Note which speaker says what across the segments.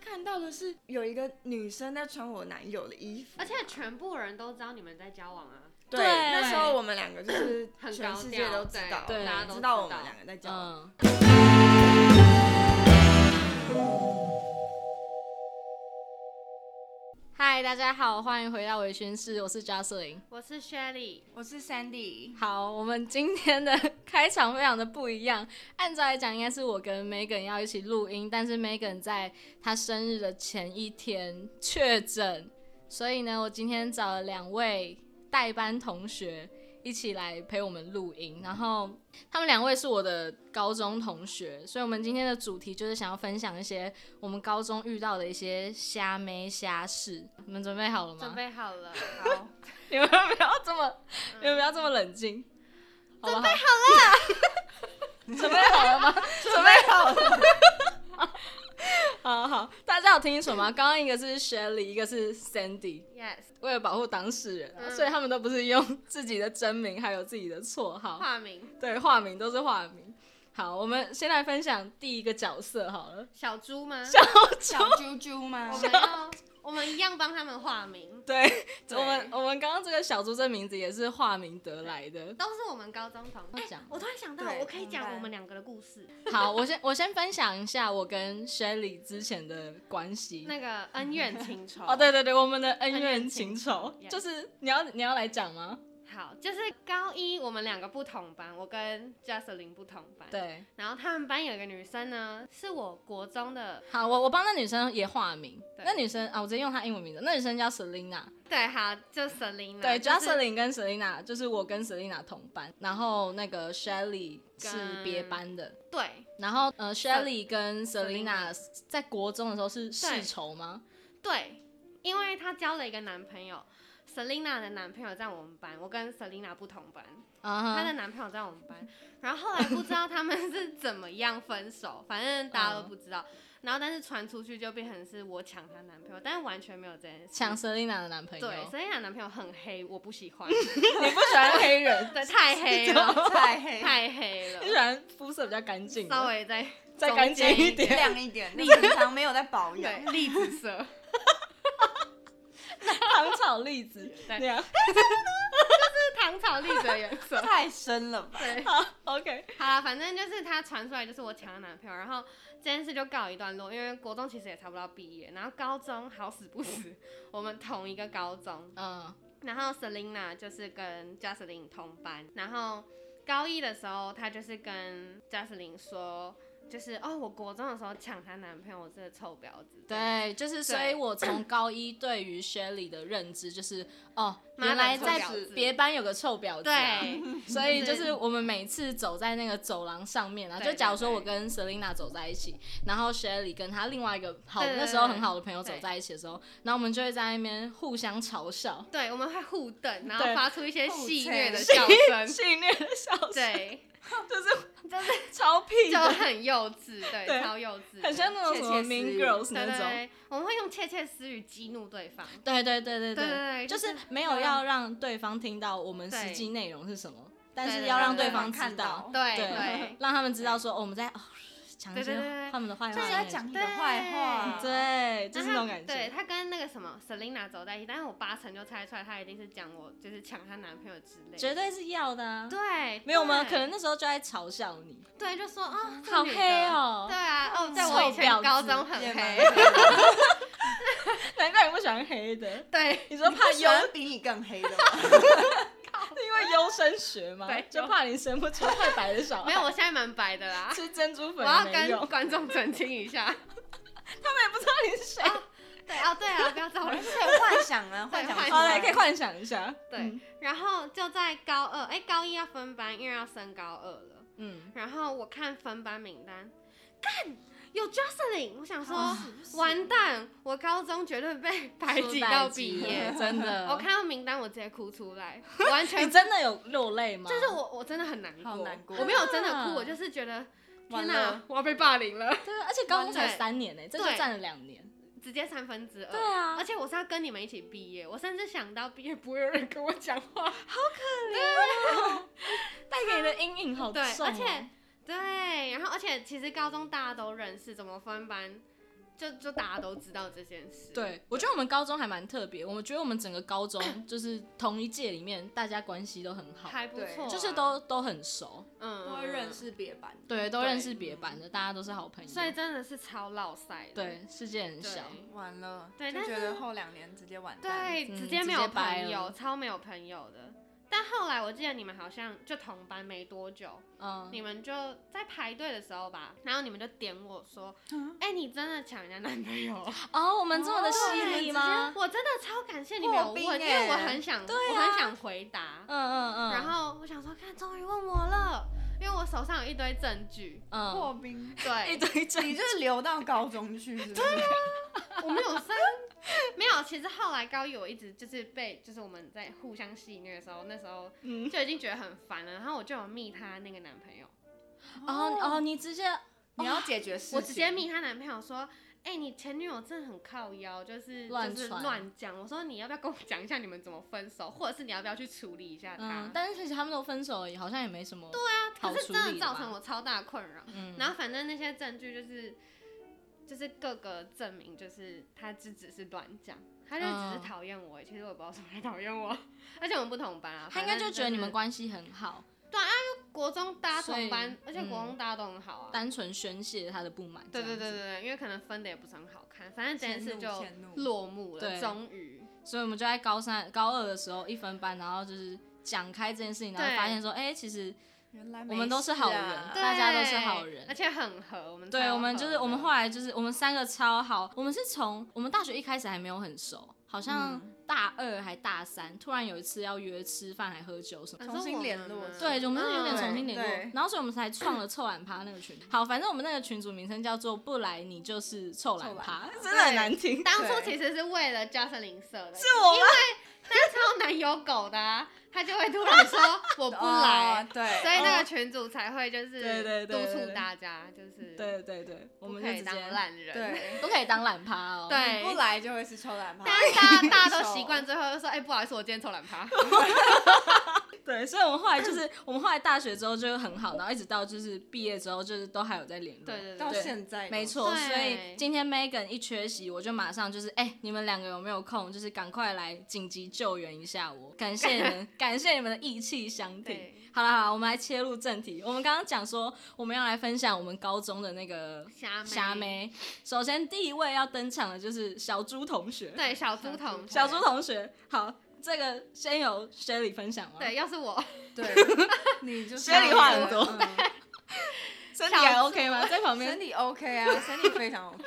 Speaker 1: 看到的是有一个女生在穿我男友的衣服，
Speaker 2: 而且全部人都知道你们在交往啊，
Speaker 1: 对，
Speaker 3: 对
Speaker 1: 那时候我们两个就是
Speaker 2: 很
Speaker 1: 全
Speaker 2: 高
Speaker 1: 世界都
Speaker 2: 调
Speaker 1: 知道，
Speaker 3: 对
Speaker 2: 大家都
Speaker 1: 知
Speaker 2: 知
Speaker 1: 道
Speaker 2: 道
Speaker 1: 我们两个在交往。
Speaker 3: 嗯，嗨，大家好，欢迎回到微醺室，我是 Jocelyn。
Speaker 2: 我是 Shelly，
Speaker 1: 我是 Sandy，
Speaker 3: 好，我们今天的开场非常的不一样。按照来讲，应该是我跟 Megan 要一起录音，但是 Megan 在她生日的前一天确诊，所以呢，我今天找了两位代班同学一起来陪我们录音。然后他们两位是我的高中同学，所以我们今天的主题就是想要分享一些我们高中遇到的一些虾妹虾事。你们准备好了吗？
Speaker 2: 准备啊好了，
Speaker 1: 好，
Speaker 3: 你们不要这么，你们不要这么冷静。嗯准备好了， 准备好了吗？
Speaker 1: 准备好了，
Speaker 3: 好好，大家有听清楚吗？刚刚一个是 Shelly，一个是 Sandy，
Speaker 2: Yes，
Speaker 3: 为了保护当事人啊、
Speaker 2: 嗯
Speaker 3: 所以他们都不是用自己的真名，还有自己的绰号，
Speaker 2: 化名
Speaker 3: 对，化名都是化名。好，我们先来分享第一个角色好了。
Speaker 2: 小猪吗？
Speaker 1: 小啾啾吗
Speaker 2: 我们要，我们一样帮他们化名，
Speaker 3: 对，
Speaker 1: 对
Speaker 3: 我们我们刚刚这个小猪这名字也是化名得来的。
Speaker 2: 都是我们高中同学。
Speaker 3: 讲
Speaker 2: 我突然想到，
Speaker 1: 对
Speaker 2: 我可以
Speaker 1: 同
Speaker 2: 讲
Speaker 1: 班
Speaker 2: 我们两个的故事，
Speaker 3: 好，我先我先分享一下我跟 Shelly 之前的关系。
Speaker 2: 那个恩怨情仇。
Speaker 3: 哦，对对对，我们的恩
Speaker 2: 恩
Speaker 3: 怨
Speaker 2: 怨
Speaker 3: 情
Speaker 2: 情
Speaker 3: 仇
Speaker 2: 仇，
Speaker 3: 就
Speaker 2: yes
Speaker 3: 是你要你要来讲吗？
Speaker 2: 好，就是高一我们两个不同班，我跟 Jocelyn 不同班。。
Speaker 3: 对，
Speaker 2: 然后他们班有一个女生呢，是我国中的，
Speaker 3: 好，我我帮那女生也化名，
Speaker 2: 对
Speaker 3: 那女生啊，我直接用她英文名字，那女生叫 Selina，
Speaker 2: 对，好，就 Selina，
Speaker 3: 对
Speaker 2: 就是
Speaker 3: ，Jocelyn 跟 Selina 就是我跟 Selina 同班，然后那个 Shelly 是别
Speaker 2: 跟
Speaker 3: 班的，
Speaker 2: 对
Speaker 3: 然后呃 Shelly 跟
Speaker 2: Selina
Speaker 3: Selina 在国中的时候是世
Speaker 2: 对
Speaker 3: 仇吗？
Speaker 2: 对，因为她交了一个男朋友，Selina 的男朋友在我们班，我跟 Selina 不同班，她
Speaker 3: 啊
Speaker 2: 的
Speaker 3: 哈，
Speaker 2: 男朋友在我们班，然后后来不知道他们 是怎么样分手，反正大家都不知道。然后但是传出去就变成是我抢她男朋友，但是完全没有这件事。
Speaker 3: 抢 Selina 的男朋友，
Speaker 2: 对，Selina 男朋友很黑，我不喜 欢，
Speaker 3: 你不喜欢黑人，
Speaker 2: 对，太黑了，
Speaker 1: 太黑，
Speaker 2: 太黑
Speaker 3: 你喜
Speaker 2: 了，
Speaker 3: 欢肤色比较干净的，
Speaker 2: 稍微再
Speaker 3: 再干净
Speaker 2: 中间
Speaker 3: 一
Speaker 2: 一点
Speaker 3: 点。
Speaker 1: 亮一点，你平常没有在保养
Speaker 2: 对，栗子 色。，
Speaker 3: 糖炒栗子
Speaker 2: 对
Speaker 3: 那样。
Speaker 2: 糖炒栗子的颜色。
Speaker 1: 太深了吧？
Speaker 2: 对，
Speaker 3: 好，OK，
Speaker 2: 好了，反正就是她传出来就是我抢她男朋友，然后这件事就告一段落，因为国中其实也差不多要毕业，然后高中好死不死，我们同一个高中，
Speaker 3: 嗯，
Speaker 2: 然后 Selina 就是跟 Jocelyn 同班，然后高一的时候她就是跟 Jocelyn 说。就是哦，我国中的时候抢她男朋友，我这个臭婊子。
Speaker 3: 对，就是，所以我从高一对于 Shelly 的认知就是，哦，
Speaker 2: 妈
Speaker 3: 原
Speaker 2: 的
Speaker 3: 来
Speaker 2: 臭
Speaker 3: 在
Speaker 2: 婊子
Speaker 3: 别班有个臭婊子、啊，
Speaker 2: 对，
Speaker 3: 所以就
Speaker 2: 就是
Speaker 3: 是我们每次走在那个走廊上面啊，
Speaker 2: 对
Speaker 3: 就假如说
Speaker 2: 对
Speaker 3: 我跟 Selina 走在一起，然后 Shelly 跟她另外一个好
Speaker 2: 对对
Speaker 3: 那
Speaker 2: 对
Speaker 3: 时候很好的朋友走
Speaker 2: 对
Speaker 3: 在一起的时候，然后我们就会在那边互相嘲笑，
Speaker 2: 对，我们会互瞪，然
Speaker 3: 对
Speaker 2: 后发出一些
Speaker 1: 互
Speaker 2: 戏
Speaker 1: 呛
Speaker 2: 谑的
Speaker 1: 戏
Speaker 2: 笑声。
Speaker 3: 戏虐的笑声，
Speaker 2: 对，
Speaker 3: 就是
Speaker 2: 就是
Speaker 3: 超屁
Speaker 2: 就
Speaker 3: 的，
Speaker 2: 很幼稚，对，
Speaker 3: 对
Speaker 2: 超幼稚的，
Speaker 3: 很像那种什么
Speaker 1: 窃窃私
Speaker 3: Mean
Speaker 1: 语
Speaker 3: Girls
Speaker 2: 对
Speaker 3: 那
Speaker 2: 对
Speaker 3: 种。
Speaker 2: 对，我们会用窃窃私语激怒对方，
Speaker 3: 对对对对
Speaker 2: 对对对
Speaker 3: 就
Speaker 2: 就是是
Speaker 3: 没有要让对方听到我们实际内容是什么，但是要让对方知道，
Speaker 2: 对
Speaker 3: 哦对
Speaker 2: 对，
Speaker 3: 让他们知道说哦我们在哦讲一
Speaker 2: 对对
Speaker 3: 些
Speaker 2: 对
Speaker 3: 他们的坏
Speaker 1: 就是要
Speaker 3: 话，
Speaker 1: 讲你的坏话，
Speaker 3: 对， 就是那种
Speaker 2: 他
Speaker 3: 感
Speaker 2: 对
Speaker 3: 觉，
Speaker 2: 她跟那个什么 Selina 走在一起，但是我八成就猜出来，她一定是讲我就是抢她男朋友之类的，
Speaker 3: 绝对是要的啊。
Speaker 2: 对，
Speaker 3: 没有
Speaker 2: 吗？
Speaker 3: 吗？可能那时候就在嘲笑你，
Speaker 2: 对，就说啊，这
Speaker 3: 好
Speaker 2: 女的
Speaker 3: 黑，哦
Speaker 2: 对，啊，哦，在
Speaker 3: 臭
Speaker 2: 我以前
Speaker 3: 婊
Speaker 2: 高
Speaker 3: 子
Speaker 2: 中很
Speaker 1: 也蛮
Speaker 2: 黑，
Speaker 1: 的。
Speaker 3: 难怪你不喜欢黑的。
Speaker 2: 对
Speaker 3: 你说怕
Speaker 1: 你不喜
Speaker 3: 优，
Speaker 1: 欢比你更黑的吗？
Speaker 3: 是因为优生学嘛
Speaker 2: 对，
Speaker 3: 就怕你生不出太白的小 孩。
Speaker 2: 没有，我现在蛮白的 啦，
Speaker 3: 吃珍珠
Speaker 2: 我
Speaker 3: 粉
Speaker 2: 要
Speaker 3: 也没
Speaker 2: 跟
Speaker 3: 用，
Speaker 2: 观众澄清一 下，
Speaker 3: 他们也不知道你 是谁。
Speaker 2: 对啊，对啊，不要找 我
Speaker 1: 还是可以幻想啊，
Speaker 2: 对
Speaker 1: 幻想
Speaker 2: 幻
Speaker 1: 出
Speaker 3: 好，
Speaker 2: 想
Speaker 3: 来
Speaker 1: 来
Speaker 3: 可以幻想一下。
Speaker 2: 对
Speaker 3: 嗯
Speaker 2: 然后就在高二，哎、高一要分班，因为要升高二了。
Speaker 3: 嗯，
Speaker 2: 然后我看分班名单，干有 Jocelyn，我想说
Speaker 1: 啊是不是
Speaker 2: 完蛋，我高中绝对被排挤到毕业。
Speaker 3: 真 的。
Speaker 2: 我看到名单，我直接哭出 来，完全
Speaker 3: 你真的有落泪吗？
Speaker 2: 就是我，我真的很难过，
Speaker 1: 好难过
Speaker 2: 我没有真的
Speaker 3: 啊
Speaker 2: 哭，我就是觉得
Speaker 1: 完
Speaker 2: 天
Speaker 1: 了
Speaker 2: 哪，我要被霸凌了，
Speaker 3: 对，而且高中才
Speaker 2: 对
Speaker 3: 三年呢、这就
Speaker 2: 对
Speaker 3: 占了两年。
Speaker 2: 直接三分之二。
Speaker 3: 啊
Speaker 2: 而且我是要跟你们一起毕业，我甚至想到毕业不会有人跟我讲话，
Speaker 3: 带给你的阴影好重、
Speaker 2: 对，
Speaker 3: 哦
Speaker 2: 而且对，然后而且其实高中大家都认识，怎么分班就就大家都知道这件事。
Speaker 3: 对，我觉得我们高中还蛮特别，我们觉得我们整个高中就是同一届里面，大家关系都很好，
Speaker 2: 还不
Speaker 1: 对
Speaker 2: 错啊，
Speaker 3: 就是都都很熟，
Speaker 2: 嗯
Speaker 1: 都会认。识别班。
Speaker 3: 对，都
Speaker 1: 对
Speaker 3: 认识别班的，大家都是好朋友，
Speaker 2: 所以真的是超老塞的。
Speaker 3: 对世界很
Speaker 2: 对
Speaker 3: 小，
Speaker 1: 完了，
Speaker 2: 对
Speaker 1: 就
Speaker 2: 但
Speaker 1: 觉得后两年直接完蛋。
Speaker 2: 对，
Speaker 3: 嗯
Speaker 2: 直接没
Speaker 3: 直
Speaker 2: 有
Speaker 3: 接掰
Speaker 2: 朋
Speaker 3: 了
Speaker 2: 友，超没有朋友的。但后来我记得你们好像就同班没多久，
Speaker 3: 嗯，
Speaker 2: 你们就在排队的时候吧，然后你们就点我说：“哎、你真的抢人家男朋友啊
Speaker 3: 哦，我们这么的
Speaker 1: 哦
Speaker 3: 犀
Speaker 1: 对
Speaker 3: 利
Speaker 1: 直
Speaker 3: 吗？？”
Speaker 2: 我真的超感谢你们有
Speaker 1: 破
Speaker 2: 问，
Speaker 1: 冰
Speaker 2: 因
Speaker 1: 耶
Speaker 2: 为我很想，我很想回答。
Speaker 3: 嗯嗯嗯，
Speaker 2: 然后我想说，看，终于问我了，因为我手上有一堆证据。
Speaker 3: 嗯，
Speaker 1: 破冰，
Speaker 3: 一
Speaker 2: 对，
Speaker 3: 堆
Speaker 1: 你
Speaker 3: 证，
Speaker 1: 就是留到高中去，是不
Speaker 3: 啊
Speaker 1: 是？
Speaker 2: 我没有删，没有。其实后来高一我一直就是被，就是我们在互相戏虐的时候，那时候
Speaker 1: 嗯，
Speaker 2: 就已经觉得很烦了。然后我就有密她那个男朋友，
Speaker 3: 哦哦，你直接哦
Speaker 1: 你要解决事情，
Speaker 2: 我直接密她男朋友说。哎、你前女友真的很靠腰，就是
Speaker 3: 乱
Speaker 2: 就是
Speaker 3: 传
Speaker 2: 乱讲。我说你要不要跟我讲一下你们怎么分手，或者是你要不要去处理一下她？
Speaker 3: 嗯，但是其实他们都分手了，也好像也没什么对啊好
Speaker 2: 啊可是
Speaker 3: 处
Speaker 2: 真的
Speaker 3: 理吧
Speaker 2: 造成我超大困扰。
Speaker 3: 嗯，
Speaker 2: 然后反正那些证据就是就是各个证明，就是他只只是乱讲，他就只
Speaker 3: 嗯
Speaker 2: 是讨厌我、其实我也不知道为什么他讨厌我， 而且我们不同班啊，
Speaker 3: 他应该
Speaker 2: 反正
Speaker 3: 就觉得你们
Speaker 2: 是
Speaker 3: 关系很好，
Speaker 2: 国中大家
Speaker 3: 所以
Speaker 2: 同班，而且国
Speaker 3: 嗯
Speaker 2: 中大家都很好啊。
Speaker 3: 单纯宣泄他的不满。
Speaker 2: 对对
Speaker 3: 这
Speaker 2: 对
Speaker 3: 样子
Speaker 2: 对对，因为可能分的也不是很好看，反正这件
Speaker 1: 迁
Speaker 2: 事
Speaker 1: 怒
Speaker 2: 就
Speaker 1: 迁怒。
Speaker 2: 落幕了，
Speaker 3: 对
Speaker 2: 终于。
Speaker 3: 所以我们就在高三、高二的时候一分班，然后就是讲开这件事情，然后
Speaker 2: 对
Speaker 3: 发现说，哎、其实
Speaker 1: 原来
Speaker 3: 我们都是好人
Speaker 1: 没事啊
Speaker 3: 呃大家都是
Speaker 2: 对
Speaker 3: 好人
Speaker 2: 而且很合。我们
Speaker 3: 对
Speaker 2: 超
Speaker 3: 我们
Speaker 2: 合
Speaker 3: 就是我们
Speaker 2: 的
Speaker 3: 后来就是我们三个超好，我们是从我们大学一开始还没有很熟，好像
Speaker 1: 嗯
Speaker 3: 大二还大三，突然有一次要约吃饭还喝酒什么。
Speaker 2: 啊
Speaker 1: 重
Speaker 2: 是
Speaker 1: 新
Speaker 2: 我
Speaker 1: 联
Speaker 2: 们
Speaker 1: 络
Speaker 2: 吗
Speaker 1: 的
Speaker 3: 对，我们是有点重
Speaker 2: 嗯
Speaker 3: 新联络，
Speaker 1: 对
Speaker 3: 然后所以我们才创了臭懒趴那个群。好，反正我们那个群组名称叫做“不来你就是臭
Speaker 1: 啊
Speaker 3: 懒趴”，真的很难听。
Speaker 2: 当初
Speaker 1: 对
Speaker 2: 其实是为了 Jocelyn 设的，是
Speaker 3: 我
Speaker 2: 因为那时候男友狗的、啊，他就会突然说我不 来
Speaker 1: 哦，对，
Speaker 2: 所以那
Speaker 1: 哦
Speaker 2: 个群主才会就是
Speaker 3: 对对对
Speaker 2: 督
Speaker 3: 对
Speaker 2: 促
Speaker 3: 对
Speaker 2: 大家，就是
Speaker 3: 对对对，我
Speaker 2: 不
Speaker 3: 们
Speaker 2: 可
Speaker 3: 就
Speaker 2: 以
Speaker 3: 直
Speaker 2: 当
Speaker 3: 接
Speaker 2: 烂人。
Speaker 1: 对，
Speaker 3: 都可以当懒趴哦。
Speaker 2: 对
Speaker 1: 不来就会是抽懒趴，
Speaker 2: 但是大家大家
Speaker 1: 手
Speaker 2: 都习惯之后就说，哎、不好意思，我今天偷懒 趴。
Speaker 3: 对，所以我们后来就是我们后来大学之后就很好，然后一直到就是毕业之后就是都还有在联络。
Speaker 2: 对对
Speaker 1: 到
Speaker 2: 对，
Speaker 1: 现在都
Speaker 3: 没错，
Speaker 2: 对
Speaker 3: 所以今天 Megan 一缺席，我就马上就是，哎、你们两个有没有空？就是赶快来紧急救援一下我，感谢你 们，感谢你们的义气相挺
Speaker 2: 对。
Speaker 3: 好了好了，我们来切入正题。我们刚刚讲说，我们要来分享我们高中的那个
Speaker 2: 虾妹，
Speaker 3: 虾，妹。首先第一位要登场的就是小猪同学，
Speaker 2: 对小猪同学，
Speaker 3: 小猪同学。好，这个先由 Shelly 分享吗？
Speaker 2: 对，要是 我
Speaker 1: 对，你就是
Speaker 3: 生理话很多
Speaker 1: 嗯
Speaker 3: 身体还 OK 吗？在旁
Speaker 1: 身
Speaker 3: 边
Speaker 1: 体 OK 啊，身体非常 OK，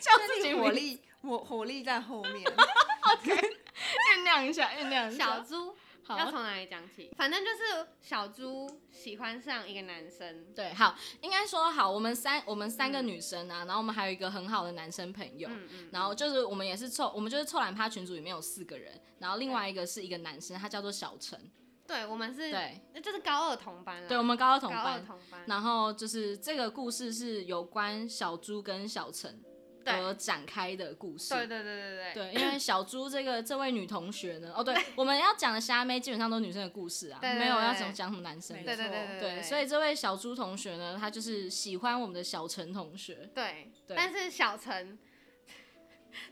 Speaker 3: 叫自
Speaker 1: 身
Speaker 3: 己
Speaker 1: 体
Speaker 3: 名
Speaker 1: 火力，我火力在后 面，
Speaker 3: 酝酿一下，酝酿一
Speaker 2: 小
Speaker 3: 下。
Speaker 2: 猪要
Speaker 3: 好，
Speaker 2: 从哪里讲起？反正就是小猪喜欢上一个男生，
Speaker 3: 对，好，应该说好，我们三我们三个女生啊，然后我们还有一个很好的男生朋友。
Speaker 2: 嗯嗯，
Speaker 3: 然后就是我们也是凑，我们就是凑懒趴群组里面有四个人，然后另外一个是一个男生，他叫做小陈，
Speaker 2: 对我们是，
Speaker 3: 对
Speaker 2: 那就是高二同班了，
Speaker 3: 对，我们高二同
Speaker 2: 高二
Speaker 3: 班。
Speaker 2: 同班，
Speaker 3: 然后就是这个故事是有关小猪跟小陈
Speaker 2: 对
Speaker 3: 而展开的故事，
Speaker 2: 对对对对对
Speaker 3: 对，因为小猪这个 这位女同学 呢，哦对，我们要讲的虾妹基本上都是女生的故事啊，
Speaker 2: 对对
Speaker 3: 没有
Speaker 2: 对
Speaker 3: 要
Speaker 2: 对
Speaker 3: 讲讲什么男生的
Speaker 1: 没
Speaker 2: 对对对
Speaker 1: 错
Speaker 2: 对
Speaker 3: 对，所以这位小猪同学呢，他就是喜欢我们的小陈同学。
Speaker 2: 对，
Speaker 3: 对
Speaker 2: 但是小陈，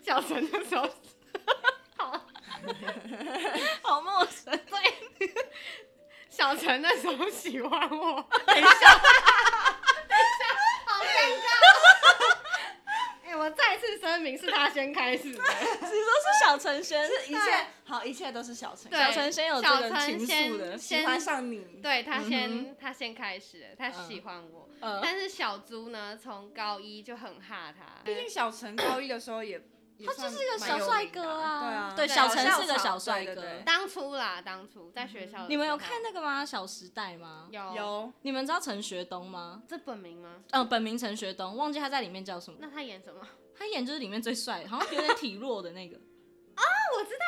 Speaker 2: 小陈那时候，
Speaker 3: 好陌生，
Speaker 2: 小陈那时候喜欢 我， 等一下，等一下，好尴尬哦。哎、 我再次声明，是他先开始的，
Speaker 3: 你说是小陈先，
Speaker 1: 一切好，一切都是小陈，
Speaker 2: 对
Speaker 3: 小陈先有这
Speaker 2: 小
Speaker 3: 个
Speaker 2: 陈
Speaker 3: 情
Speaker 2: 先
Speaker 3: 愫的，
Speaker 1: 喜欢上你，
Speaker 2: 对他先、
Speaker 3: 嗯
Speaker 2: 他先开始的，他喜欢我，
Speaker 3: 呃，
Speaker 2: 但是小猪呢，从高一就很怕他，
Speaker 1: 毕竟小陈高一的时候也，他
Speaker 3: 他就是个小帅哥
Speaker 1: 对啊，
Speaker 3: 对，
Speaker 2: 对
Speaker 3: 小
Speaker 2: 有
Speaker 3: 陈
Speaker 1: 校
Speaker 3: 是个
Speaker 1: 草
Speaker 3: 小
Speaker 1: 对
Speaker 3: 帅
Speaker 1: 对
Speaker 3: 哥。
Speaker 1: 对
Speaker 2: 当初啦，当初在学校的时候，
Speaker 3: 你们有看那个吗？《小时代》吗？
Speaker 2: 有
Speaker 1: 有
Speaker 3: 你们知道陈学冬吗？
Speaker 2: 这本名吗？
Speaker 3: 嗯、本名陈学冬，忘记他在里面叫什么。
Speaker 2: 那他演什么？
Speaker 3: 他演就是里面最帅的，好像有点体弱的那个。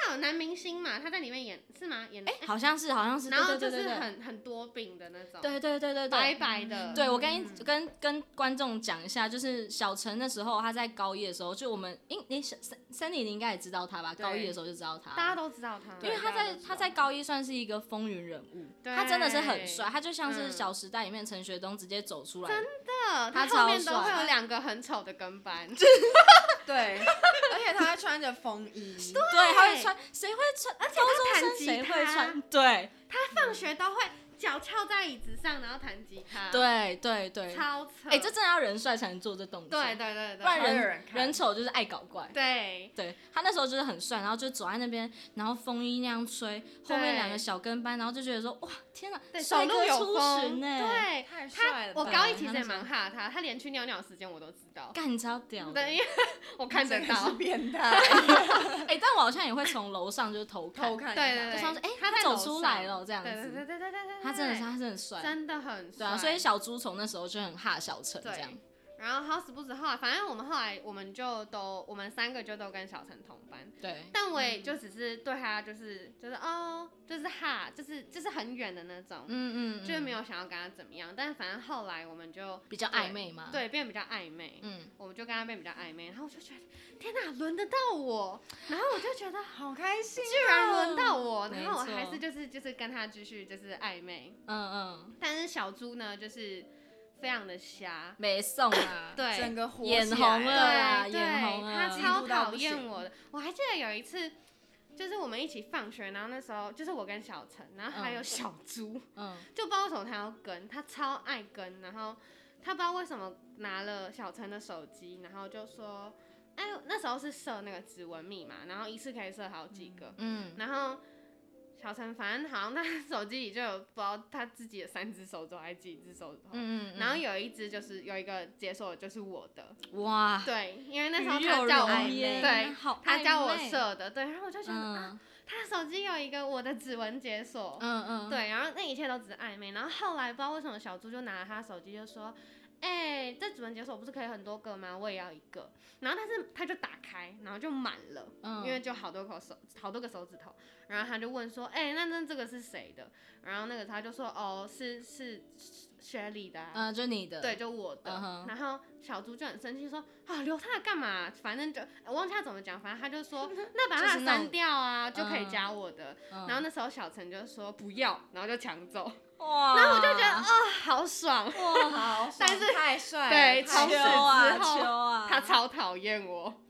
Speaker 2: 他有男明星嘛，他在里面演是吗？演
Speaker 3: 哎、好像是，好像是，
Speaker 2: 然后
Speaker 3: 对
Speaker 2: 就
Speaker 3: 对
Speaker 2: 是
Speaker 3: 对对对，
Speaker 2: 很很多饼的那种，
Speaker 3: 对对对对对
Speaker 2: 白，白的，
Speaker 3: 对，我跟
Speaker 1: 嗯
Speaker 3: 跟跟观众讲一下，就是小陈那时候他在高一的时候，就我们，因你小森森你你应该也知道他吧？
Speaker 1: 对
Speaker 3: 高一的时候就知道他，
Speaker 2: 大家都知道他，
Speaker 3: 因为他
Speaker 1: 大家
Speaker 3: 在
Speaker 1: 都知道
Speaker 3: 他在高一算是一个风云人物，
Speaker 2: 对
Speaker 3: 他真的是很帅，他就像是《
Speaker 2: 嗯
Speaker 3: 小时代》里面陈学冬直接走出来，
Speaker 2: 真
Speaker 3: 的，
Speaker 2: 的，
Speaker 3: 他
Speaker 2: 哦他
Speaker 3: 超
Speaker 2: 后面都会
Speaker 3: 帅
Speaker 2: 有两个很丑的跟班，
Speaker 1: 对，而且他还穿着风衣，
Speaker 3: 对，他会穿，谁会穿？啊
Speaker 2: 而且
Speaker 3: 高中
Speaker 2: 他弹
Speaker 3: 生
Speaker 2: 吉
Speaker 3: 谁会
Speaker 2: 他
Speaker 3: 穿？对
Speaker 2: 他放学都会脚翘在椅子上，然后弹吉他，，
Speaker 3: 对对对，
Speaker 2: 啊超扯。
Speaker 3: 哎、这真的要人帅才能做这动作，
Speaker 2: 对对对对，
Speaker 3: 不然
Speaker 1: 才会有
Speaker 3: 人
Speaker 1: 人看
Speaker 3: 人丑就是爱搞怪。
Speaker 2: 对
Speaker 3: 对他那时候就是很帅，然后就走在那边，然后风衣那样吹，后面
Speaker 2: 对
Speaker 3: 两个小跟班，然后就觉得说哇天哪，
Speaker 2: 对，
Speaker 3: 帅
Speaker 2: 走路
Speaker 3: 哥
Speaker 2: 有
Speaker 3: 出
Speaker 2: 风，
Speaker 3: 巡欸呢，，
Speaker 2: 对。
Speaker 1: 太帅
Speaker 2: 他
Speaker 1: 了吧。
Speaker 2: 我高一
Speaker 3: 吧
Speaker 2: 其实
Speaker 3: 他那
Speaker 2: 也
Speaker 3: 时候
Speaker 2: 蛮怕他，他连去尿尿的时间我都知道，
Speaker 3: 干超屌的。
Speaker 2: 对，因为 我看得
Speaker 1: 真的
Speaker 2: 到
Speaker 1: 是，变态，
Speaker 3: 哎、但我好像也会从楼上就是偷 看，
Speaker 1: 偷看
Speaker 2: 对
Speaker 1: 一下，
Speaker 2: 对
Speaker 3: 就
Speaker 2: 对，
Speaker 3: 上次哎、
Speaker 2: 他在
Speaker 3: 走
Speaker 2: 楼上
Speaker 3: 出来，了这样
Speaker 2: 对对
Speaker 3: 子，
Speaker 2: 对对对对对，
Speaker 3: 他真的
Speaker 2: 对
Speaker 3: 是他真的很帅，
Speaker 2: 真的很帅，
Speaker 3: 对啊，所以小猪从那时候就很哈小陈这
Speaker 2: 对
Speaker 3: 样，
Speaker 2: 然后 House 不止后来，反正我们后来我们就都我们三个就都跟小陈同班，
Speaker 3: 对
Speaker 2: 但我也就只是对他就是就是哦，就是哈，就是就是很远的那种，
Speaker 3: 嗯嗯，
Speaker 2: 就是没
Speaker 3: 有
Speaker 2: 有想要跟他怎么样。但是反正后来我们就啊
Speaker 3: 比较暧昧嘛，，
Speaker 2: 对变得比较暧昧，
Speaker 3: 嗯，
Speaker 2: 我们就跟他变得比较暧昧，然后我就觉得天哪，轮得到我，然后我就觉得
Speaker 1: 好开心
Speaker 2: 居然轮到我，
Speaker 3: 没
Speaker 2: 然后我
Speaker 3: 错
Speaker 2: 还是就是就是跟他继续就是暧昧，
Speaker 3: 嗯嗯，
Speaker 2: 但是小猪呢就是非常的瞎，
Speaker 3: 没送啊，
Speaker 1: 哦，
Speaker 2: 对
Speaker 1: 整。个火
Speaker 3: 眼
Speaker 1: 起来
Speaker 3: 红了啊
Speaker 2: 对对
Speaker 3: 眼红
Speaker 2: 他
Speaker 3: 了
Speaker 2: 超
Speaker 1: 嫉妒到
Speaker 2: 讨
Speaker 1: 不
Speaker 2: 厌
Speaker 1: 行
Speaker 2: 我的。我还记得有一次，就是我们一起放学，然后那时候就是我跟小陈，然后还有
Speaker 3: 嗯
Speaker 2: 小猪，
Speaker 3: 嗯，
Speaker 2: 就不知道为什么他要跟，他超爱跟，然后他不知道为什么拿了小陈的手机，然后就说，哎，那时候是设那个指纹密码，然后一次可以设好几个，
Speaker 3: 嗯
Speaker 2: 然后。小陈反正好像他 手机里就有不知道他自己的三只手指头还是几只手指头，
Speaker 3: 嗯嗯，
Speaker 2: 然后有一只就是有一个解锁的就是我的，
Speaker 3: 哇，
Speaker 2: 对，因为那时候
Speaker 3: 鱼
Speaker 2: 他
Speaker 3: 有
Speaker 2: 叫
Speaker 3: 容
Speaker 2: 我，
Speaker 3: 颜
Speaker 2: 对，
Speaker 3: 好
Speaker 2: 他
Speaker 3: 暧
Speaker 2: 叫我
Speaker 3: 昧，
Speaker 2: 设的，对，然后我就觉得、啊，
Speaker 3: 嗯
Speaker 2: 他手机有一个我的指纹解锁，
Speaker 3: 嗯嗯，，
Speaker 2: 对，然后那一切都只是暧昧，然后后来不知道为什么小猪就拿了他手机就说。哎、这指纹解锁不是可以很多个吗？我也要一个。然后但是他就打开，然后就满了，
Speaker 3: 嗯，
Speaker 2: 因为就好多口手，好多个手指头。然后他就问说：“哎、那那这个是谁的？”然后那个他就说：“哦，是是学理的、啊。”
Speaker 3: 嗯，就你的，
Speaker 2: 对，，就我的。
Speaker 3: 嗯哼
Speaker 2: 然后小猪就很生气说：“啊，留他干嘛？反正就我忘记他怎么讲，反正他就 说那把
Speaker 3: 就是
Speaker 2: 他
Speaker 3: 那种
Speaker 2: 删掉啊，就可以
Speaker 3: 嗯
Speaker 2: 加我的。
Speaker 3: 嗯
Speaker 2: 然后那时候小陈就说不要，然后就抢走，
Speaker 3: 哇，
Speaker 2: 然后我就觉得啊、好爽，
Speaker 3: 哇，
Speaker 1: 好，
Speaker 2: 但是
Speaker 1: 太帅了，
Speaker 2: 对
Speaker 1: 太
Speaker 2: 从此
Speaker 3: 秋
Speaker 1: 帅了
Speaker 3: 啊
Speaker 2: 之后
Speaker 3: 秋啊，
Speaker 2: 他超讨厌我，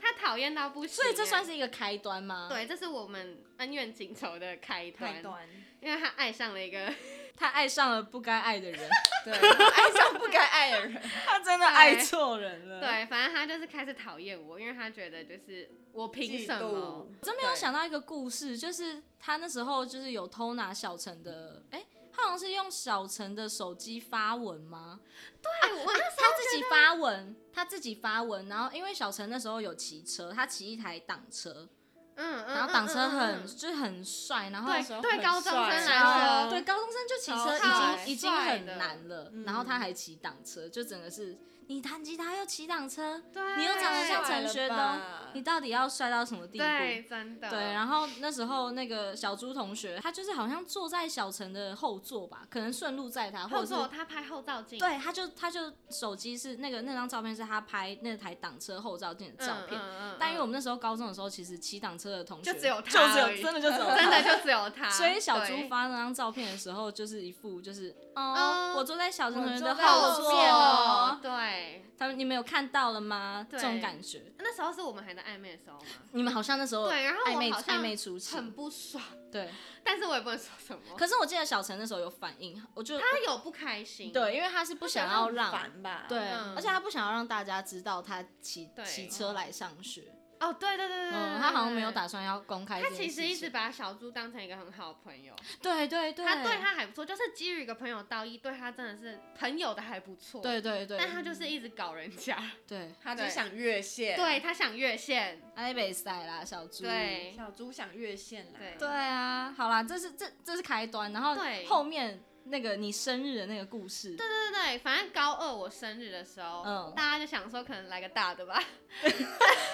Speaker 2: 他讨厌到不行、
Speaker 3: 所以这算
Speaker 2: 是。
Speaker 3: 是一个开端吗？，
Speaker 2: 对，这是我们恩怨情仇的开端，
Speaker 1: 太短，
Speaker 2: 因为他爱上了一个，
Speaker 3: 他爱上了不该爱的人，
Speaker 1: 对，爱上不该爱的人，
Speaker 3: 他真的爱错人 了。，
Speaker 2: 对，反正他就是开始讨厌我，因为他觉得就是我凭
Speaker 1: 嫉
Speaker 2: 什么
Speaker 1: 妒？？
Speaker 3: 我真没有想到一个故事，就是他那时候就是有偷拿小陈的，哎、他好像是用小陈的手机发文吗？啊
Speaker 2: 对，我那时
Speaker 3: 他自己发文，他自己发文，然后因为小陈那时候有骑车，他骑一台挡车，
Speaker 2: 候嗯嗯，
Speaker 3: 然后挡车
Speaker 2: 嗯嗯
Speaker 3: 很、
Speaker 2: 嗯
Speaker 3: 就是很帅，然后
Speaker 1: 那时候
Speaker 2: 对对，
Speaker 1: 很
Speaker 2: 高中生
Speaker 1: 帅
Speaker 2: 来
Speaker 3: 对
Speaker 2: 说，
Speaker 3: 高中生就骑
Speaker 1: 超
Speaker 3: 车
Speaker 1: 帅
Speaker 3: 已经已经很难了，
Speaker 1: 嗯
Speaker 3: 然后他还骑挡车，就整个是你弹吉他又骑挡车，
Speaker 2: 对，
Speaker 3: 你又长得像
Speaker 1: 太帅
Speaker 3: 陈
Speaker 1: 了
Speaker 3: 学冬
Speaker 1: 吧，
Speaker 3: 你到底要帅到什么地步？
Speaker 2: 对，真的，
Speaker 3: 对，然后那时候那个小猪同学，他就是好像坐在小陈的后座吧，可能顺路载他，或
Speaker 2: 后
Speaker 3: 者
Speaker 2: 座
Speaker 3: 是
Speaker 2: 他拍后照镜，
Speaker 3: 对，他就他就手机是那个那张照片是他拍那台挡车后照镜
Speaker 2: 嗯，
Speaker 3: 的照片。
Speaker 2: 嗯，嗯
Speaker 3: 但因为我
Speaker 2: 嗯
Speaker 3: 们那时候高中的时候，其实骑挡车的同学
Speaker 2: 就只有
Speaker 3: 就
Speaker 2: 他
Speaker 3: 只有
Speaker 2: 而已
Speaker 3: 真的就只 有
Speaker 2: 真
Speaker 3: 他
Speaker 2: 的就只有他，
Speaker 3: 所以小
Speaker 2: 对
Speaker 3: 猪发那张照片的时候，就是一副就是哦
Speaker 2: 哦，
Speaker 3: 我坐在小陈同学的
Speaker 1: 我坐在
Speaker 3: 后
Speaker 1: 后
Speaker 3: 座
Speaker 1: 面
Speaker 3: 哦
Speaker 1: 哦，
Speaker 2: 对，
Speaker 3: 他们你们有看到了吗？这
Speaker 2: 对
Speaker 3: 种感觉，
Speaker 2: 那时候是我们还在暧昧的时候嘛，
Speaker 3: 你们好像那时候
Speaker 2: 对，然后
Speaker 3: 暧昧
Speaker 2: 我好
Speaker 3: 暧
Speaker 2: 像
Speaker 3: 昧初期，
Speaker 2: 很不爽，
Speaker 3: 对。
Speaker 2: 但是我也不能说什么，
Speaker 3: 可是我记得小陈那时候有反应，我就
Speaker 2: 他有不开心，，
Speaker 3: 对，因为他是不想要让
Speaker 1: 他很烦吧？
Speaker 3: 对，
Speaker 2: 嗯
Speaker 3: 而且他不想要让大家知道他骑
Speaker 2: 对
Speaker 3: 骑车来上学，
Speaker 2: 哦，对对对对，
Speaker 3: 嗯，
Speaker 2: 对
Speaker 3: 他好像没有。
Speaker 2: 对
Speaker 3: 打算要公开这
Speaker 2: 他
Speaker 3: 件事
Speaker 2: 其
Speaker 3: 情。
Speaker 2: 实一直把小猪当成一个很好的朋友，
Speaker 3: 对对对，
Speaker 2: 他对他还不错，就是基于一个朋友道义，对他真的是朋友的还不错。，
Speaker 3: 对对对，
Speaker 2: 但他就是一直搞人家，
Speaker 3: 对
Speaker 1: 他就
Speaker 2: 对
Speaker 1: 想越线，，
Speaker 2: 对他想越线，
Speaker 3: 阿北塞啦，小猪，
Speaker 2: 对
Speaker 1: 小猪想越线啦，
Speaker 2: 对
Speaker 3: 对啊，好啦，这是这这是开端，然后
Speaker 2: 对
Speaker 3: 后面那个你生日的那个故事，对
Speaker 2: 对对对，反正高二我生日的时候，
Speaker 3: 嗯
Speaker 2: 大家就想说可能来个大的吧，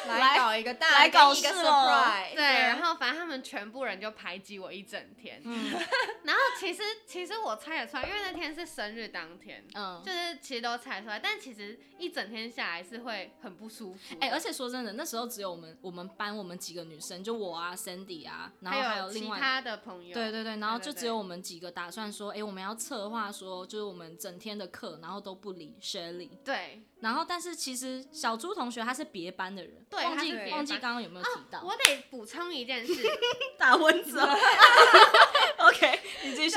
Speaker 1: 来搞一一个大
Speaker 4: 来
Speaker 1: 的给
Speaker 4: 搞
Speaker 1: 你一个
Speaker 4: 事咯
Speaker 1: surprise，
Speaker 2: 对，然后反正他们全部人就排挤我一整天。
Speaker 3: 嗯
Speaker 2: 然后其实其实我猜得出来，因为那天是生日当天，
Speaker 3: 嗯
Speaker 2: 就，是其实都猜出来，但其实一整天下来是会很不舒服的。
Speaker 3: 哎、而且说真的，那时候只有我们我们班我们几个女生，就我啊，Sandy 啊，然后还
Speaker 2: 还
Speaker 3: 有
Speaker 2: 其
Speaker 3: 另外。
Speaker 2: 他的朋友，
Speaker 3: 对对对，然后就
Speaker 2: 对
Speaker 3: 只有我们几个打算说，哎、我们要策划说，就是我们整天的课，然后都不理 Shelly。
Speaker 2: 对，
Speaker 3: 然后，但是其实小猪同学他是别班的人，
Speaker 2: 对
Speaker 3: 忘
Speaker 2: 他
Speaker 3: 记
Speaker 2: 是别班
Speaker 3: 忘记刚刚有没有提到，
Speaker 2: 我得补充一件事，
Speaker 4: 啊打蚊子 哦。OK，你继续。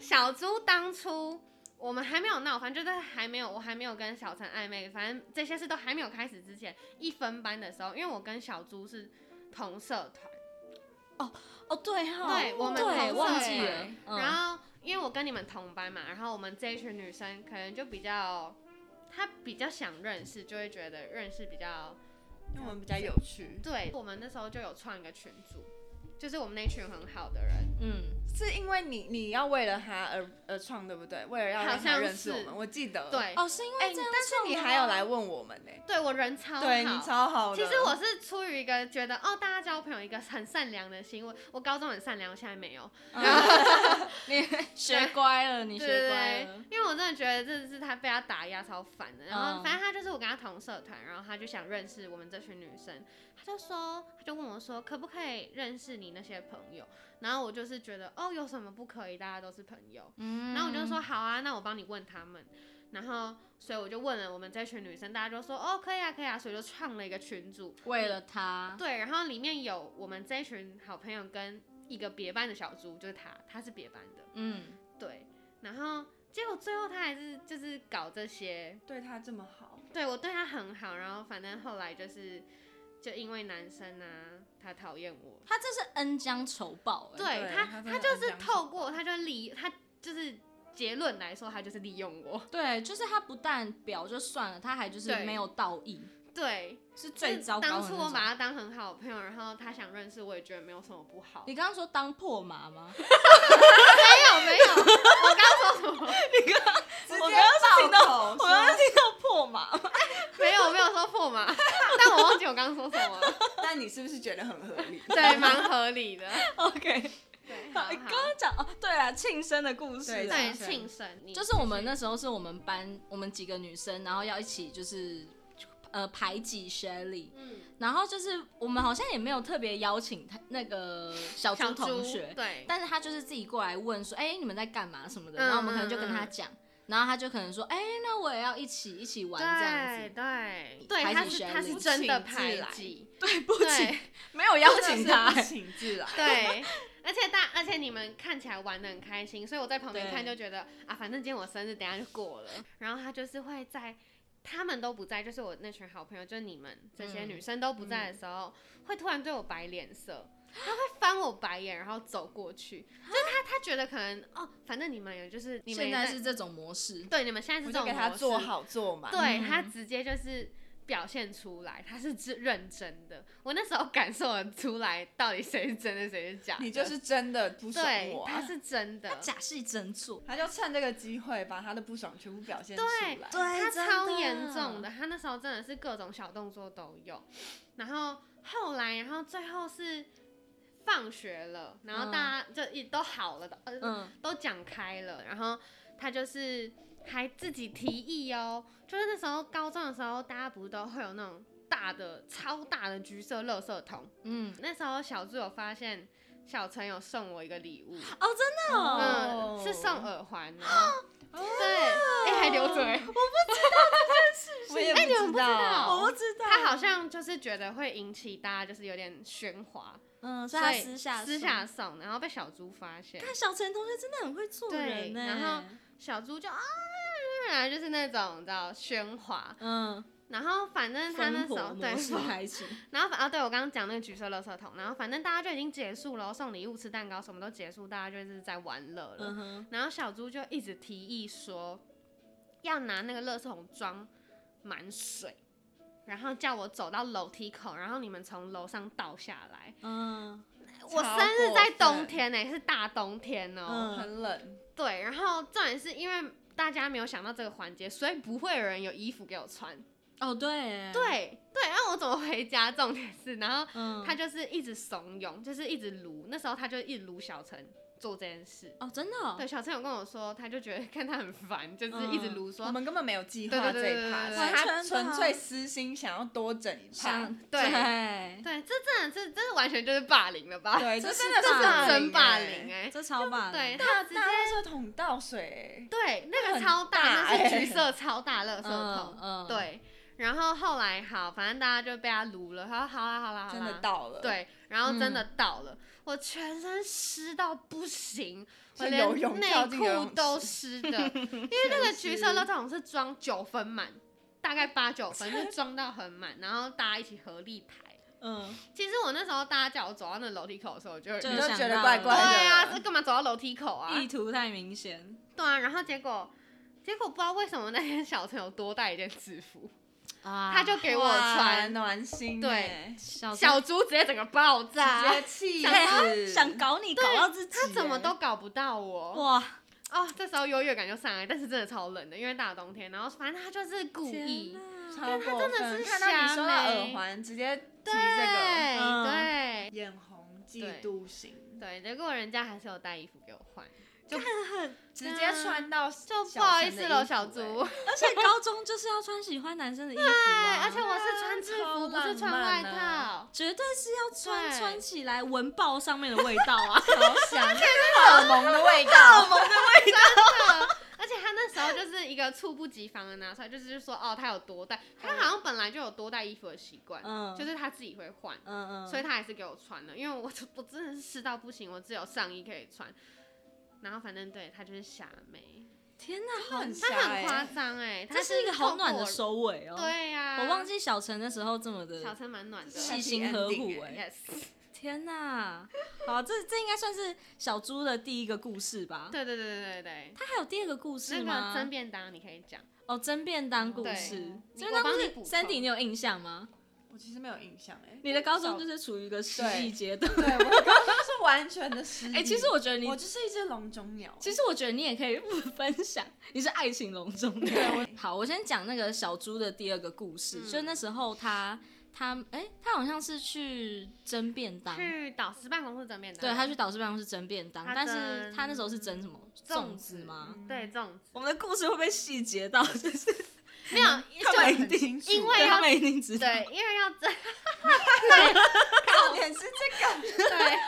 Speaker 2: 小猪当初我们还没有闹翻，就是还没有我还没有跟小陈暧昧，反正这些事都还没有开始之前，一分班的时候，因为我跟小猪是同社团，
Speaker 3: 哦，对哈、
Speaker 2: 对我们
Speaker 3: 对
Speaker 2: 同
Speaker 3: 忘
Speaker 2: 社
Speaker 3: 记
Speaker 2: 嘛
Speaker 3: 了，嗯、
Speaker 2: 然后因为我跟你们同班嘛，然后我们这一群女生可能就比较，她比较想认识，就会觉得认识比较
Speaker 1: 因为我们比较有趣，
Speaker 2: 对。我们那时候就有创一个群组，就是我们那群很好的人，
Speaker 3: 嗯，
Speaker 1: 是因为你你要为了他而而创，对不对？为了要让
Speaker 2: 好像
Speaker 1: 他
Speaker 2: 是
Speaker 1: 认识我们，我记得。，
Speaker 2: 对，
Speaker 3: 哦，是因为
Speaker 1: 哎、
Speaker 3: 这样、
Speaker 1: 但是你还有来问我们呢、
Speaker 2: 对我人超好，
Speaker 1: 对你超好的。
Speaker 2: 其实我是出于一个觉得哦，大家交朋友一个很善良的心，我我高中很善良，我现在没有。
Speaker 3: 嗯 学乖了，你
Speaker 2: 对对
Speaker 3: 学乖
Speaker 2: 对
Speaker 3: 了，，
Speaker 2: 因为我真的觉得真的是他被他打压超烦的。然后
Speaker 3: 嗯
Speaker 2: 反正他就是我跟他同社团，然后他就想认识我们这群女生，他就说他就问我说可不可以认识你那些朋友，然后我就是觉得哦有什么不可以，大家都是朋友。
Speaker 3: 嗯
Speaker 2: 然后我就说好啊，那我帮你问他们。然后，所以我就问了我们这群女生，大家就说哦，可以啊，可以啊，所以就创了一个群组，
Speaker 3: 为了他，
Speaker 2: 对，然后里面有我们这一群好朋友跟一个别班的小猪，就是他，他是别班的，
Speaker 3: 嗯，
Speaker 2: 对。然后结果最后他还是就是搞这些，
Speaker 1: 对他这么好，
Speaker 2: 对我对他很好，然后反正后来就是就因为男生啊，他讨厌我，
Speaker 3: 他这是恩将仇报、哎，
Speaker 2: 对
Speaker 1: 对
Speaker 2: 他
Speaker 1: 他真的
Speaker 2: 就
Speaker 1: 很
Speaker 2: 是
Speaker 1: 讲
Speaker 2: 透
Speaker 1: 究
Speaker 2: 过他就利他就是结论来说，他就是利用我，
Speaker 3: 对，就是他不但表就算了，他还就是
Speaker 2: 对
Speaker 3: 没有道义，
Speaker 2: 对，
Speaker 3: 是
Speaker 2: 就
Speaker 3: 最
Speaker 2: 是
Speaker 3: 糟糕的
Speaker 2: 当初
Speaker 3: 那
Speaker 2: 我
Speaker 3: 种
Speaker 2: 把他当很好的朋友，然后他想认识我也觉得没有什么不 好，
Speaker 3: 你刚刚说当破马吗？
Speaker 2: 没有没有，我刚刚说什么？
Speaker 1: 我刚刚听到，我
Speaker 3: 我 刚刚听到破马，
Speaker 2: 没有没有说破嘛， 但我忘记我刚刚说什么了，
Speaker 1: 但你是不是觉得很合理？
Speaker 2: 对， 蛮合理的。
Speaker 3: OK，
Speaker 2: 对，好
Speaker 3: 刚
Speaker 2: 好
Speaker 3: 刚讲哦，对啊，庆生的故事
Speaker 1: 对
Speaker 3: 啦，
Speaker 2: 对
Speaker 1: 庆生
Speaker 2: 庆生，你
Speaker 3: 就是我们那时候是我们班我们几个女生，然后要一起就是呃排挤 Shelly，
Speaker 2: 嗯
Speaker 3: 然后就是我们好像也没有特别邀请他那个小
Speaker 2: 小
Speaker 3: 猪同学，
Speaker 2: 对
Speaker 3: 但是他就是自己过来问说，哎、你们在干嘛什么的，
Speaker 2: 嗯
Speaker 3: 然后我们可能就跟他讲，然后他就可能说，哎、那我也要一起一起玩这样
Speaker 2: 对对
Speaker 3: 子，
Speaker 2: 对，他
Speaker 3: 排挤
Speaker 2: 是
Speaker 3: 谁
Speaker 2: 他是真的排
Speaker 1: 不
Speaker 2: 挤，
Speaker 3: 对，不
Speaker 2: 对
Speaker 3: 请没有邀请他、哎
Speaker 1: 真的是不请自 来。
Speaker 2: 对。而且大，而且你们看起来玩的很开心，所以我在旁边
Speaker 3: 对
Speaker 2: 看就觉得啊，反正今天我生日，等一下就过了。然后他就是会在他们都不在，就是我那群好朋友，就是你们这些
Speaker 3: 嗯
Speaker 2: 女生都不在的时候，会突然对我摆脸色，他会翻我白眼，然后走过去。他觉得可能哦，反正你们也就是你们
Speaker 3: 现
Speaker 2: 也
Speaker 3: 在是这种模式，
Speaker 2: 对你们现在是
Speaker 1: 我
Speaker 2: 这
Speaker 1: 就
Speaker 2: 种
Speaker 1: 给他
Speaker 2: 模式
Speaker 1: 做，好做满。
Speaker 2: 对、
Speaker 3: 嗯
Speaker 2: 他直接就是表现出来，他是真认真的。我那时候感受得出来，到底谁是真的，谁是假的。
Speaker 1: 你就是真的不爽
Speaker 2: 对
Speaker 1: 我、，
Speaker 2: 他
Speaker 1: 啊，
Speaker 2: 是真的，
Speaker 3: 假戏真做，
Speaker 1: 他就趁这个机会把他的不爽全部表现出
Speaker 2: 对
Speaker 1: 来。
Speaker 2: 他
Speaker 3: 对
Speaker 2: 超严重的，，他那时候真的是各种小动作都有。然后后来，然后最后是放学了，然后
Speaker 3: 嗯
Speaker 2: 大家就也都好了，呃，
Speaker 3: 嗯，
Speaker 2: 都讲开了，然后他就是还自己提议哦，就是那时候高中的时候，大家不是都会有那种大的、超大的橘色垃圾桶？
Speaker 3: 嗯，
Speaker 2: 那时候小猪有发现小陈有送我一个礼 物，
Speaker 3: 哦，真的、哦，
Speaker 2: 嗯，是送耳环哦，对，哎、还留着哎、
Speaker 1: 我也不
Speaker 2: 哎你们不知道
Speaker 3: 我不知道，
Speaker 2: 他好像就是觉得会引起大家就是有点喧哗，
Speaker 3: 嗯，所
Speaker 2: 所
Speaker 3: 以他
Speaker 2: 以
Speaker 3: 私下
Speaker 2: 私
Speaker 3: 送
Speaker 2: 下送，然后被小猪发现，
Speaker 3: 看小陈同学真的很会做人呢、
Speaker 2: 对然后小猪就啊，啊就是那种你知道喧哗，
Speaker 3: 嗯，
Speaker 2: 然后反正他那
Speaker 3: 分
Speaker 2: 时候
Speaker 3: 火
Speaker 2: 对
Speaker 3: 模，式开启，
Speaker 2: 然后反啊，对我刚刚讲那个橘色垃圾桶，然后反正大家就已经结束了，送礼物、吃蛋糕什么都结束，大家就是在玩乐了。
Speaker 3: 嗯哼，
Speaker 2: 然后小猪就一直提议说，要拿那个垃圾桶装满水，然后叫我走到楼梯口，然后你们从楼上倒下来。
Speaker 3: 嗯，
Speaker 2: 我
Speaker 1: 超
Speaker 2: 生日在
Speaker 1: 过
Speaker 2: 冬
Speaker 1: 分
Speaker 2: 天呢、是大冬天哦、
Speaker 3: 嗯
Speaker 1: 很冷，
Speaker 2: 对，然后重点是因为大家没有想到这个环节，所以不会有人有衣服给我穿。
Speaker 3: 哦，对，，
Speaker 2: 对对，那我怎么回家？重点是，然后
Speaker 3: 嗯，
Speaker 2: 他就是一直怂恿，就是一直撸。那时候他就一直撸小陈做这件事。
Speaker 3: 哦，真的哦、
Speaker 2: 对，小陈有跟我说，他就觉得 看他很烦，就是一直撸说
Speaker 1: 嗯我，们根本没有计
Speaker 2: 对
Speaker 1: 划
Speaker 2: 对
Speaker 1: 这
Speaker 2: 对
Speaker 1: 一趴，
Speaker 2: 对
Speaker 1: 是
Speaker 2: 对
Speaker 3: 对
Speaker 1: 他
Speaker 3: 完全
Speaker 1: 纯
Speaker 3: 的
Speaker 1: 粹私心想要多整一趴
Speaker 3: 想。
Speaker 2: 对
Speaker 3: 对，
Speaker 2: 对，这真的是，这是完全就是霸凌了吧？
Speaker 1: 对，
Speaker 3: 这
Speaker 1: 真
Speaker 3: 是
Speaker 1: 的
Speaker 2: 啊这
Speaker 3: 霸
Speaker 2: 是
Speaker 3: 凌
Speaker 2: 真霸
Speaker 1: 欸
Speaker 2: 凌，哎、
Speaker 3: 这超棒，
Speaker 2: 对，，他
Speaker 1: 大
Speaker 2: 直接
Speaker 1: 大垃圾桶倒水
Speaker 2: 对那个
Speaker 1: 很
Speaker 2: 超大，
Speaker 1: 大
Speaker 2: 那是
Speaker 1: 欸
Speaker 2: 橘色超大 垃圾桶
Speaker 3: 嗯。嗯，
Speaker 2: 对，然后后来好，反正大家就被他撸了，他说好啊啦好啦
Speaker 1: 欸，
Speaker 2: 好啦，
Speaker 1: 真的到了，，嗯
Speaker 2: 对，然后真的到了，我全身湿到不行，我
Speaker 1: 是
Speaker 2: 连
Speaker 1: 游泳跳
Speaker 2: 内
Speaker 1: 进游
Speaker 2: 裤
Speaker 1: 泳
Speaker 2: 都 湿的，因为那个橘色垃圾桶是装九分满，大概八九 分，就装到很满，然后大家一起合力抬。
Speaker 3: 嗯，
Speaker 2: 其实我那时候大家叫我走到那楼梯口的时候，我就有
Speaker 3: 就
Speaker 1: 你
Speaker 2: 点
Speaker 1: 就
Speaker 3: 想
Speaker 1: 觉得
Speaker 3: 到
Speaker 1: 怪
Speaker 3: 了
Speaker 2: 对
Speaker 1: 怪的。
Speaker 2: 啊，这干嘛走到楼梯口啊？
Speaker 3: 意图太明显，
Speaker 2: 对啊，然后结果结果不知道为什么那天小陈有多带一件制服，
Speaker 3: 啊
Speaker 2: 他就给我
Speaker 1: 哇
Speaker 2: 穿，
Speaker 1: 暖心
Speaker 2: 对
Speaker 1: 欸，
Speaker 3: 小
Speaker 2: 小猪直接整个爆炸，
Speaker 1: 直接气
Speaker 2: 想
Speaker 1: 死，
Speaker 3: 想搞你搞到自己欸，
Speaker 2: 他怎么都搞不到我。
Speaker 3: 哇，
Speaker 2: 哦，这时候优越感就上来，但是真的超冷的，因为大冬天。然后反正他就是故
Speaker 3: 天
Speaker 2: 意，
Speaker 1: 超
Speaker 3: 哪
Speaker 1: 过
Speaker 2: 真的
Speaker 1: 分
Speaker 2: 是
Speaker 1: 看到你
Speaker 2: 瞎
Speaker 1: 收到
Speaker 2: 妹
Speaker 1: 耳环，直接提
Speaker 2: 对、
Speaker 1: 这
Speaker 2: 对
Speaker 1: 个眼红
Speaker 2: 对
Speaker 1: 嫉妒心，
Speaker 2: 对，结果人家还是有带衣服给我换，
Speaker 1: 直接穿到就
Speaker 2: 就不好意思了，
Speaker 1: 欸
Speaker 2: 小猪。
Speaker 3: 而且高中就是要穿喜欢男生的衣服、
Speaker 2: 对，
Speaker 3: 啊，
Speaker 2: 而且我是穿制服，
Speaker 1: 超
Speaker 2: 不是
Speaker 1: 浪
Speaker 2: 穿外
Speaker 1: 漫
Speaker 2: 套。
Speaker 1: 啊
Speaker 3: 绝对是要穿
Speaker 2: 对
Speaker 3: 穿起来闻爆上面的味道啊！
Speaker 1: 好 香， 荷尔蒙的味 道，
Speaker 2: 而且他那时候就是一个猝不及防的拿出来，就是就说哦，他有多带，他好像本来就有多带衣服的习惯，
Speaker 3: 嗯，
Speaker 2: 就是他自己会换。
Speaker 3: 嗯嗯，
Speaker 2: 所以他还是给我穿了，因为我我真的是湿到不行，我只有上衣可以穿。然后反正对他就是傻妹，
Speaker 3: 天哪，好
Speaker 1: 很
Speaker 2: 他
Speaker 1: 瞎
Speaker 2: 很夸
Speaker 1: 欸，
Speaker 2: 张哎，他
Speaker 3: 这是一个好暖的
Speaker 2: 手。
Speaker 3: 收尾哦。、
Speaker 2: 对呀、
Speaker 3: 我忘记小陈那时候这么
Speaker 2: 小
Speaker 3: 的
Speaker 2: 陈蛮暖的，欸
Speaker 1: 是
Speaker 3: 细心呵护哎、
Speaker 2: yes，
Speaker 3: 天哪，好，这这应该算是小猪的第一个故事吧？，
Speaker 2: 对对对对对对。
Speaker 3: 他还有第二个故事
Speaker 2: 那
Speaker 3: 吗？
Speaker 2: 个蒸便当你可以讲，
Speaker 3: 哦，蒸便当故
Speaker 2: 对
Speaker 3: 事，
Speaker 2: 你
Speaker 3: 蒸便
Speaker 2: 我
Speaker 3: 当故
Speaker 2: 帮你
Speaker 3: 事
Speaker 2: 补充
Speaker 3: ，Sandy 你有印象吗？
Speaker 1: 我其实没有印象哎，
Speaker 3: 你的高中就是处于一个失忆
Speaker 1: 对
Speaker 3: 阶段。
Speaker 1: 对我刚刚是完全的失忆，
Speaker 3: 哎、其实我觉得你
Speaker 1: 我就是一只笼中 鸟，
Speaker 3: 其实我觉得你也可以 不分享，你是爱情笼中的。好，我先讲那个小猪的第二个故事，
Speaker 2: 嗯
Speaker 3: 就那时候他他哎、他好像是去蒸便当，
Speaker 2: 去导师办公室蒸便当，
Speaker 3: 对他去导师办公室蒸便当，
Speaker 2: 他
Speaker 3: 但是
Speaker 2: 蒸
Speaker 3: 他那时候是蒸什么
Speaker 2: 粽
Speaker 3: 粽子吗？
Speaker 1: 嗯
Speaker 2: 对粽子，
Speaker 3: 我们的故事会被细 节到，就是
Speaker 2: 没有，
Speaker 3: 他们
Speaker 2: 就
Speaker 3: 一
Speaker 1: 清
Speaker 3: 定
Speaker 1: 楚
Speaker 2: 因为
Speaker 3: 对
Speaker 2: 要
Speaker 3: 他们一定知道。
Speaker 2: 对，因为要 蒸，
Speaker 1: 重点是这个，
Speaker 2: 对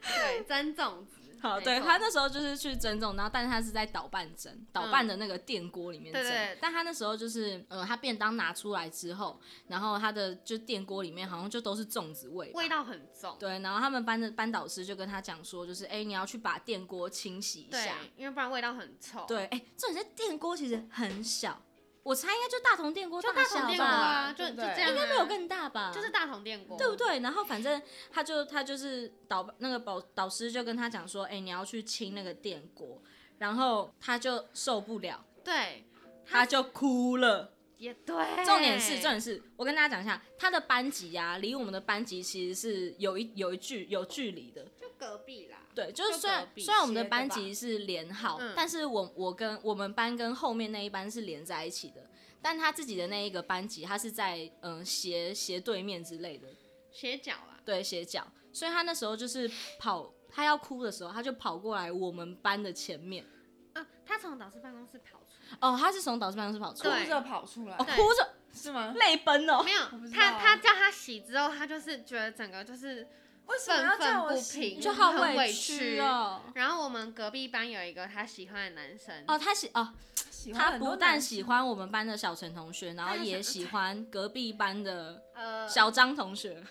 Speaker 2: 对蒸粽子，
Speaker 3: 好，
Speaker 2: 没
Speaker 3: 对
Speaker 2: 错嗯
Speaker 3: 他那时候就是去蒸粽，然后但是他是在捣拌蒸，捣拌的那个电锅里面蒸。
Speaker 2: 对对
Speaker 3: 但他那时候就是，呃，他便当拿出来之后，然后他的就电锅里面好像就都是粽子味吧，
Speaker 2: 味道很重，
Speaker 3: 对，然后他们班的班导师就跟他讲说，就是哎、诶你要去把电锅清洗一
Speaker 2: 对
Speaker 3: 下。，
Speaker 2: 因为不然味道很臭，，
Speaker 3: 对，哎、重点是电锅其实很小，我猜应该就大同电锅
Speaker 2: 就大
Speaker 3: 小
Speaker 2: 桶电锅
Speaker 3: 吧，
Speaker 2: 啊，就
Speaker 1: 对
Speaker 2: 就
Speaker 1: 不
Speaker 2: 这
Speaker 1: 对
Speaker 2: 样啊，
Speaker 3: 应该没有更大吧？
Speaker 2: 就是大桶电锅，
Speaker 3: 对不对？然后反正他就他就是导那个导导师就跟他讲说，哎、你要去清那个电锅，然后他就受不了，
Speaker 2: 对，
Speaker 3: 他就哭了。
Speaker 2: 也对。
Speaker 3: 重点是，重点是，我跟大家讲一下，他的班级啊，离我们的班级其实是有一有一距有距离的，
Speaker 2: 就隔壁啦。
Speaker 3: 对，就是
Speaker 2: 就
Speaker 3: 虽然
Speaker 2: 隔壁
Speaker 3: 虽然我们的
Speaker 1: 斜的
Speaker 3: 班
Speaker 1: 吧
Speaker 3: 级是连号，
Speaker 2: 嗯
Speaker 3: 但是我我跟我们班跟后面那一班是连在一起的，但他自己的那一个班级，他是在嗯、呃斜斜对面之类的，
Speaker 2: 斜角啦。
Speaker 3: 对斜角，所以他那时候就是跑，他要哭的时候，他就跑过来我们班的前面，
Speaker 2: 啊，他从导师办公室跑出来，
Speaker 3: 哦，他是从导师办公室跑出
Speaker 1: 哭
Speaker 3: 来，
Speaker 2: 对
Speaker 1: 着跑出来
Speaker 3: 哦，
Speaker 2: 对
Speaker 3: 哭着
Speaker 1: 是吗？
Speaker 3: 泪奔哦，
Speaker 2: 没有
Speaker 1: 我不，知道
Speaker 2: 他
Speaker 1: 啊
Speaker 2: 他叫他洗之后，他就是觉得整个就是，
Speaker 1: 为什么要叫我
Speaker 2: 愤愤不
Speaker 1: 洗？
Speaker 2: 平
Speaker 3: 就好
Speaker 2: 嗯很委
Speaker 3: 屈
Speaker 2: 屈
Speaker 3: 哦。
Speaker 2: 然后我们隔壁班有一个他喜欢的男生，
Speaker 3: 哦，他喜哦，
Speaker 1: 喜欢
Speaker 3: 他
Speaker 1: 很多
Speaker 3: 不但
Speaker 1: 男
Speaker 3: 喜欢我们班的小陈同学，然后
Speaker 2: 他
Speaker 3: 也
Speaker 2: 想
Speaker 3: 喜欢隔壁班的
Speaker 2: 呃，
Speaker 3: 小张同学，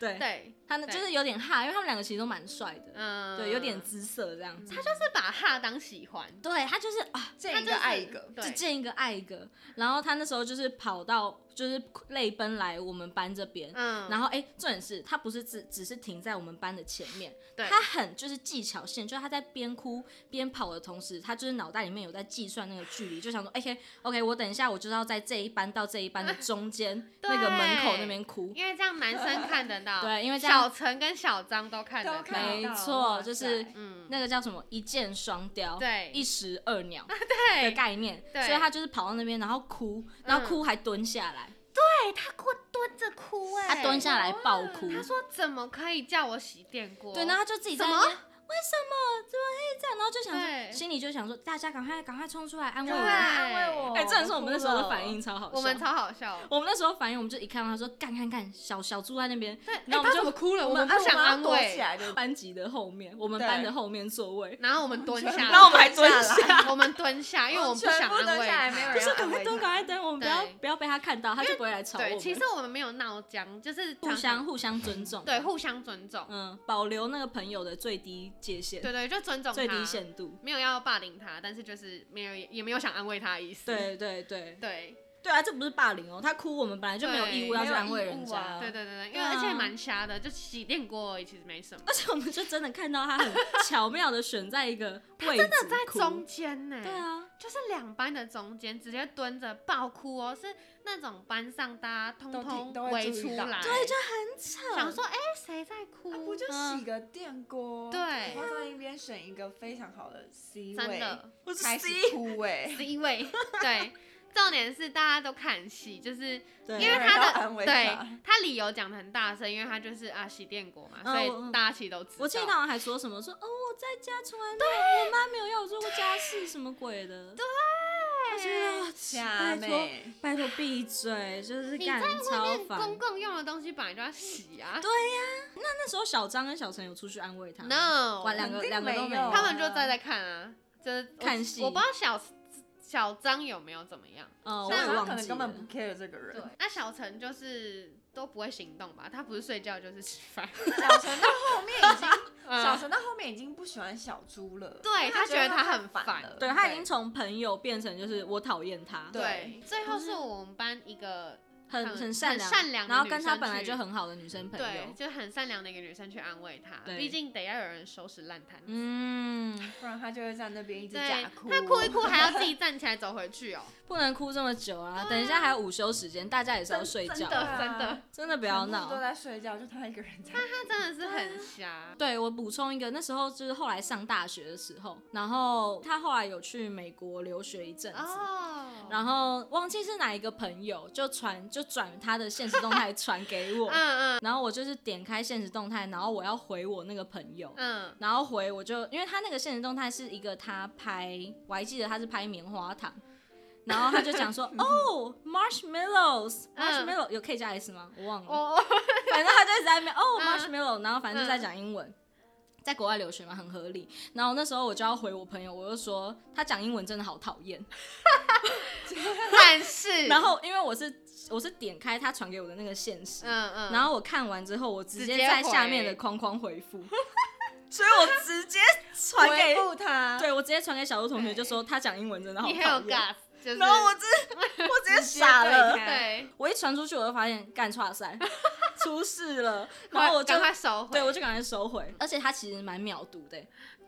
Speaker 3: 对，
Speaker 2: 对，
Speaker 3: 他呢
Speaker 2: 对
Speaker 3: 就是有点哈，因为他们两个其实都蛮帅的，
Speaker 2: 嗯，
Speaker 3: 对，有点姿色这样子。
Speaker 2: 他就是把哈当喜欢，
Speaker 3: 对他就是啊，
Speaker 1: 见一
Speaker 2: 他就
Speaker 1: 个
Speaker 2: 是
Speaker 1: 爱一个，
Speaker 3: 只
Speaker 2: 对，
Speaker 3: 见一个爱一个。然后他那时候就是跑到，就是泪奔来我们班这边。
Speaker 2: 嗯，
Speaker 3: 然
Speaker 2: 后
Speaker 3: 后哎，重点是他不是只只是停在我们班的前面，
Speaker 2: 对
Speaker 3: 他很就是技巧性，就是他在边哭边跑的同时，他就是脑袋里面有在计算那个距离，就想说，OK OK，我等一下我就是要在这一班到这一班的中间
Speaker 2: 对
Speaker 3: 那个门口那边哭。
Speaker 2: 因为这样男生看得到，
Speaker 3: 对，因为这样
Speaker 2: 小陈跟小张都看得
Speaker 1: 都看
Speaker 2: 到，
Speaker 1: 得
Speaker 3: 没
Speaker 1: 到
Speaker 3: 错
Speaker 1: 哇
Speaker 3: 就是
Speaker 1: 塞
Speaker 2: 嗯，
Speaker 3: 那个叫什么一箭双雕，
Speaker 2: 对
Speaker 3: 一石二鸟的
Speaker 2: 对
Speaker 3: 概念，
Speaker 2: 对嗯
Speaker 3: 所以他就是跑到那边，然后哭，然后哭还蹲下来，
Speaker 2: 对哎他给我蹲着哭哎、
Speaker 3: 他蹲下来爆哭。
Speaker 2: 他说怎么可以叫我洗电锅？
Speaker 3: 对，然后他就自己在
Speaker 2: 什
Speaker 3: 那
Speaker 2: 么
Speaker 3: 边，为什么怎么可以这样？然后就想说，
Speaker 2: 对
Speaker 3: 心里就想说，大家赶快赶快冲出来安慰
Speaker 1: 对，
Speaker 3: 我。
Speaker 1: 安慰我。
Speaker 3: 哎、
Speaker 2: 哦
Speaker 3: 真的是我们那时候的反应超好笑。
Speaker 2: 我们超好笑。
Speaker 3: 我们那时候反应，我们就一看到他说干干干，小小猪在那边，
Speaker 2: 对，
Speaker 3: 然后我们
Speaker 2: 哎他
Speaker 3: 就
Speaker 2: 怎么哭了？
Speaker 1: 我
Speaker 2: 我
Speaker 1: 们
Speaker 2: 不想安
Speaker 1: 躲起
Speaker 2: 慰，
Speaker 1: 来的，
Speaker 3: 班级的后面，我们
Speaker 1: 对
Speaker 3: 班的后面座位，
Speaker 2: 然后我们蹲下，
Speaker 1: 然
Speaker 4: 然后我们还蹲
Speaker 1: 下来
Speaker 4: 下，
Speaker 2: 我们蹲下，因为我们不
Speaker 1: 全
Speaker 2: 想
Speaker 1: 部
Speaker 2: 安
Speaker 1: 蹲
Speaker 2: 慰
Speaker 1: 下来，没有
Speaker 2: 他。
Speaker 1: 人要
Speaker 3: 就是赶
Speaker 1: 安
Speaker 3: 快
Speaker 1: 慰
Speaker 3: 蹲，
Speaker 1: 他
Speaker 3: 赶快蹲，我们不要
Speaker 2: 对
Speaker 3: 不要被他看到，他就不会来吵我
Speaker 2: 对，
Speaker 3: 们。
Speaker 2: 其实我们没有闹僵，就是
Speaker 3: 互相互相尊重，
Speaker 2: 对互相尊重，
Speaker 3: 嗯，保留那个朋友的最低界限，
Speaker 2: 对对，就尊重
Speaker 3: 最低
Speaker 2: 他，
Speaker 3: 限度。
Speaker 2: 没有要霸凌他，但是就是没有也没有想安慰他的意思。
Speaker 3: 对对对
Speaker 2: 对
Speaker 3: 对啊，这不是霸凌哦，他哭我们本来就没有
Speaker 2: 对
Speaker 3: 义务要去
Speaker 1: 没有
Speaker 3: 安慰
Speaker 1: 义务
Speaker 3: 人家，
Speaker 1: 啊
Speaker 2: 对对对对，因
Speaker 3: 对
Speaker 2: 为
Speaker 3: 啊
Speaker 2: 而且蛮瞎的，就洗电锅而已，其实没什么。
Speaker 3: 而且我们就真的看到他很 巧妙的选在一个位置，真的
Speaker 2: 在中，间呢、
Speaker 3: 对啊，
Speaker 2: 就是两班的中间，直接蹲着爆哭哦，是那种班上大家通
Speaker 1: 都听都会
Speaker 2: 通围
Speaker 1: 注
Speaker 2: 出
Speaker 1: 意到
Speaker 2: 来，
Speaker 3: 对，就很扯，
Speaker 2: 想说哎谁、在哭？
Speaker 1: 啊不就
Speaker 3: 嗯
Speaker 1: 洗个电锅？
Speaker 2: 对
Speaker 1: 然后在那边选一个非常好的 C
Speaker 2: 真
Speaker 1: 位，
Speaker 2: 的
Speaker 3: 我是
Speaker 1: 开
Speaker 3: C，
Speaker 1: 始哭哎，
Speaker 2: 是因为对，重点是大家都看戏，就是
Speaker 3: 对
Speaker 1: 没
Speaker 2: 因为
Speaker 1: 有人
Speaker 2: 他
Speaker 1: 要
Speaker 2: 的
Speaker 1: 安慰
Speaker 2: 对
Speaker 1: 他
Speaker 2: 他理由讲的很大声，因为他就是啊洗电锅嘛，
Speaker 3: 嗯
Speaker 2: 所
Speaker 3: 我
Speaker 2: 以大家其实都知道。
Speaker 3: 我记得他好像还说什么说哦我在家从来没有，我妈没有要我做过家事什么鬼的，对，我觉得
Speaker 1: 虾
Speaker 3: 拜托
Speaker 1: 妹，
Speaker 3: 拜托闭嘴，就是
Speaker 2: 你
Speaker 3: 干超
Speaker 2: 那公
Speaker 3: 烦。
Speaker 2: 共用的东西本来就要洗啊
Speaker 3: 对那时候小张跟小陈有出去安慰他吗，
Speaker 2: ，no，
Speaker 3: 哇两个
Speaker 1: 肯定
Speaker 3: 两个都
Speaker 1: 没
Speaker 3: 没
Speaker 1: 有
Speaker 3: 有，
Speaker 2: 他们就在在看啊，就是我
Speaker 3: 看戏
Speaker 2: 我不知道小小张有没有怎么样。
Speaker 3: 哦，我
Speaker 1: 但
Speaker 3: 也
Speaker 1: 他
Speaker 3: 忘
Speaker 1: 可能
Speaker 3: 记
Speaker 1: 根
Speaker 3: 了
Speaker 1: 本。不 care 这个
Speaker 2: 对
Speaker 1: 人。，
Speaker 2: 那小陈就是都不会行动吧？他不是睡觉就是吃 饭。
Speaker 1: 小陈到后面已经，小
Speaker 2: 嗯
Speaker 1: 陈到后面已经不喜欢小猪了，
Speaker 2: 对
Speaker 1: 因为
Speaker 2: 他
Speaker 1: 他
Speaker 2: 觉得他
Speaker 1: 他
Speaker 2: 很
Speaker 1: 烦
Speaker 2: 烦
Speaker 1: 了，
Speaker 3: 对他已经从朋友变成就是我讨厌他，
Speaker 1: 对
Speaker 2: 对，最后
Speaker 3: 不是
Speaker 2: 是我们班一个
Speaker 3: 很
Speaker 2: 很
Speaker 3: 很善良，
Speaker 2: 很善良的
Speaker 3: 然后跟
Speaker 2: 女
Speaker 3: 他
Speaker 2: 生
Speaker 3: 本来
Speaker 2: 去
Speaker 3: 就很好的女生朋
Speaker 2: 对
Speaker 3: 友，，
Speaker 2: 就很善良的一个女生去安慰他，
Speaker 3: 对
Speaker 2: 毕竟得要有人收拾烂摊子。
Speaker 3: 嗯，
Speaker 1: 不然他就会在那边一直
Speaker 2: 对
Speaker 1: 假，哭。
Speaker 2: 他哭一哭还要自己站起来走回 去哦，
Speaker 3: 不能哭这么久啊，等一下还有午休时间，大家也是要睡
Speaker 2: 真
Speaker 3: 觉，
Speaker 2: 的
Speaker 1: 啊
Speaker 2: 真的，
Speaker 3: 真的不
Speaker 1: 不
Speaker 3: 要
Speaker 1: 都
Speaker 3: 闹。
Speaker 1: 在睡觉，就他一个人在。
Speaker 2: 他真的是很瞎。
Speaker 3: 对啊我补充一个，那时候就是后来上大学的时候，然后他后来有去美国留学一阵子，
Speaker 2: 哦，
Speaker 3: 然后忘记是哪一个朋友就传就转他的现实动态传给我，
Speaker 2: 嗯嗯
Speaker 3: 然后我就是点开现实动态，然后我要回我那个朋友，
Speaker 2: 嗯，
Speaker 3: 然后回我就因为他那个现实动态是一个他拍，我还记得他是拍棉花糖，然后他就讲说 哦 marshmallows
Speaker 2: 嗯
Speaker 3: marshmallow、有 K 加 S 吗？我忘了，
Speaker 2: 我
Speaker 3: 反正他就一直在那边哦
Speaker 2: 嗯
Speaker 3: marshmallow，然后反正就在讲英文。在国外留学嘛，很合理。然后那时候我就要回我朋友，我就说他讲英文真的好讨厌。
Speaker 2: 但是，
Speaker 3: 然后因为我是我是点开他传给我的那个现实，
Speaker 2: 嗯嗯，
Speaker 3: 然后我看完之后，我直接
Speaker 2: 直接
Speaker 3: 在下
Speaker 2: 回
Speaker 3: 面的框框回 复，所以我直接传
Speaker 1: 回
Speaker 3: 给
Speaker 1: 复他，
Speaker 3: 对我直接传给小鹿同学，
Speaker 2: 对
Speaker 3: 就说他讲英文真的好
Speaker 2: 啊你很
Speaker 3: 讨
Speaker 2: 有
Speaker 3: 厌。
Speaker 2: gas，就是
Speaker 3: 然后我直我直接傻了，
Speaker 2: 对，
Speaker 3: 我一传出去我就发现干 错塞，出事了，然后我就
Speaker 2: 赶快收回。
Speaker 3: 对我就赶快收回。而且他其实蛮秒读的，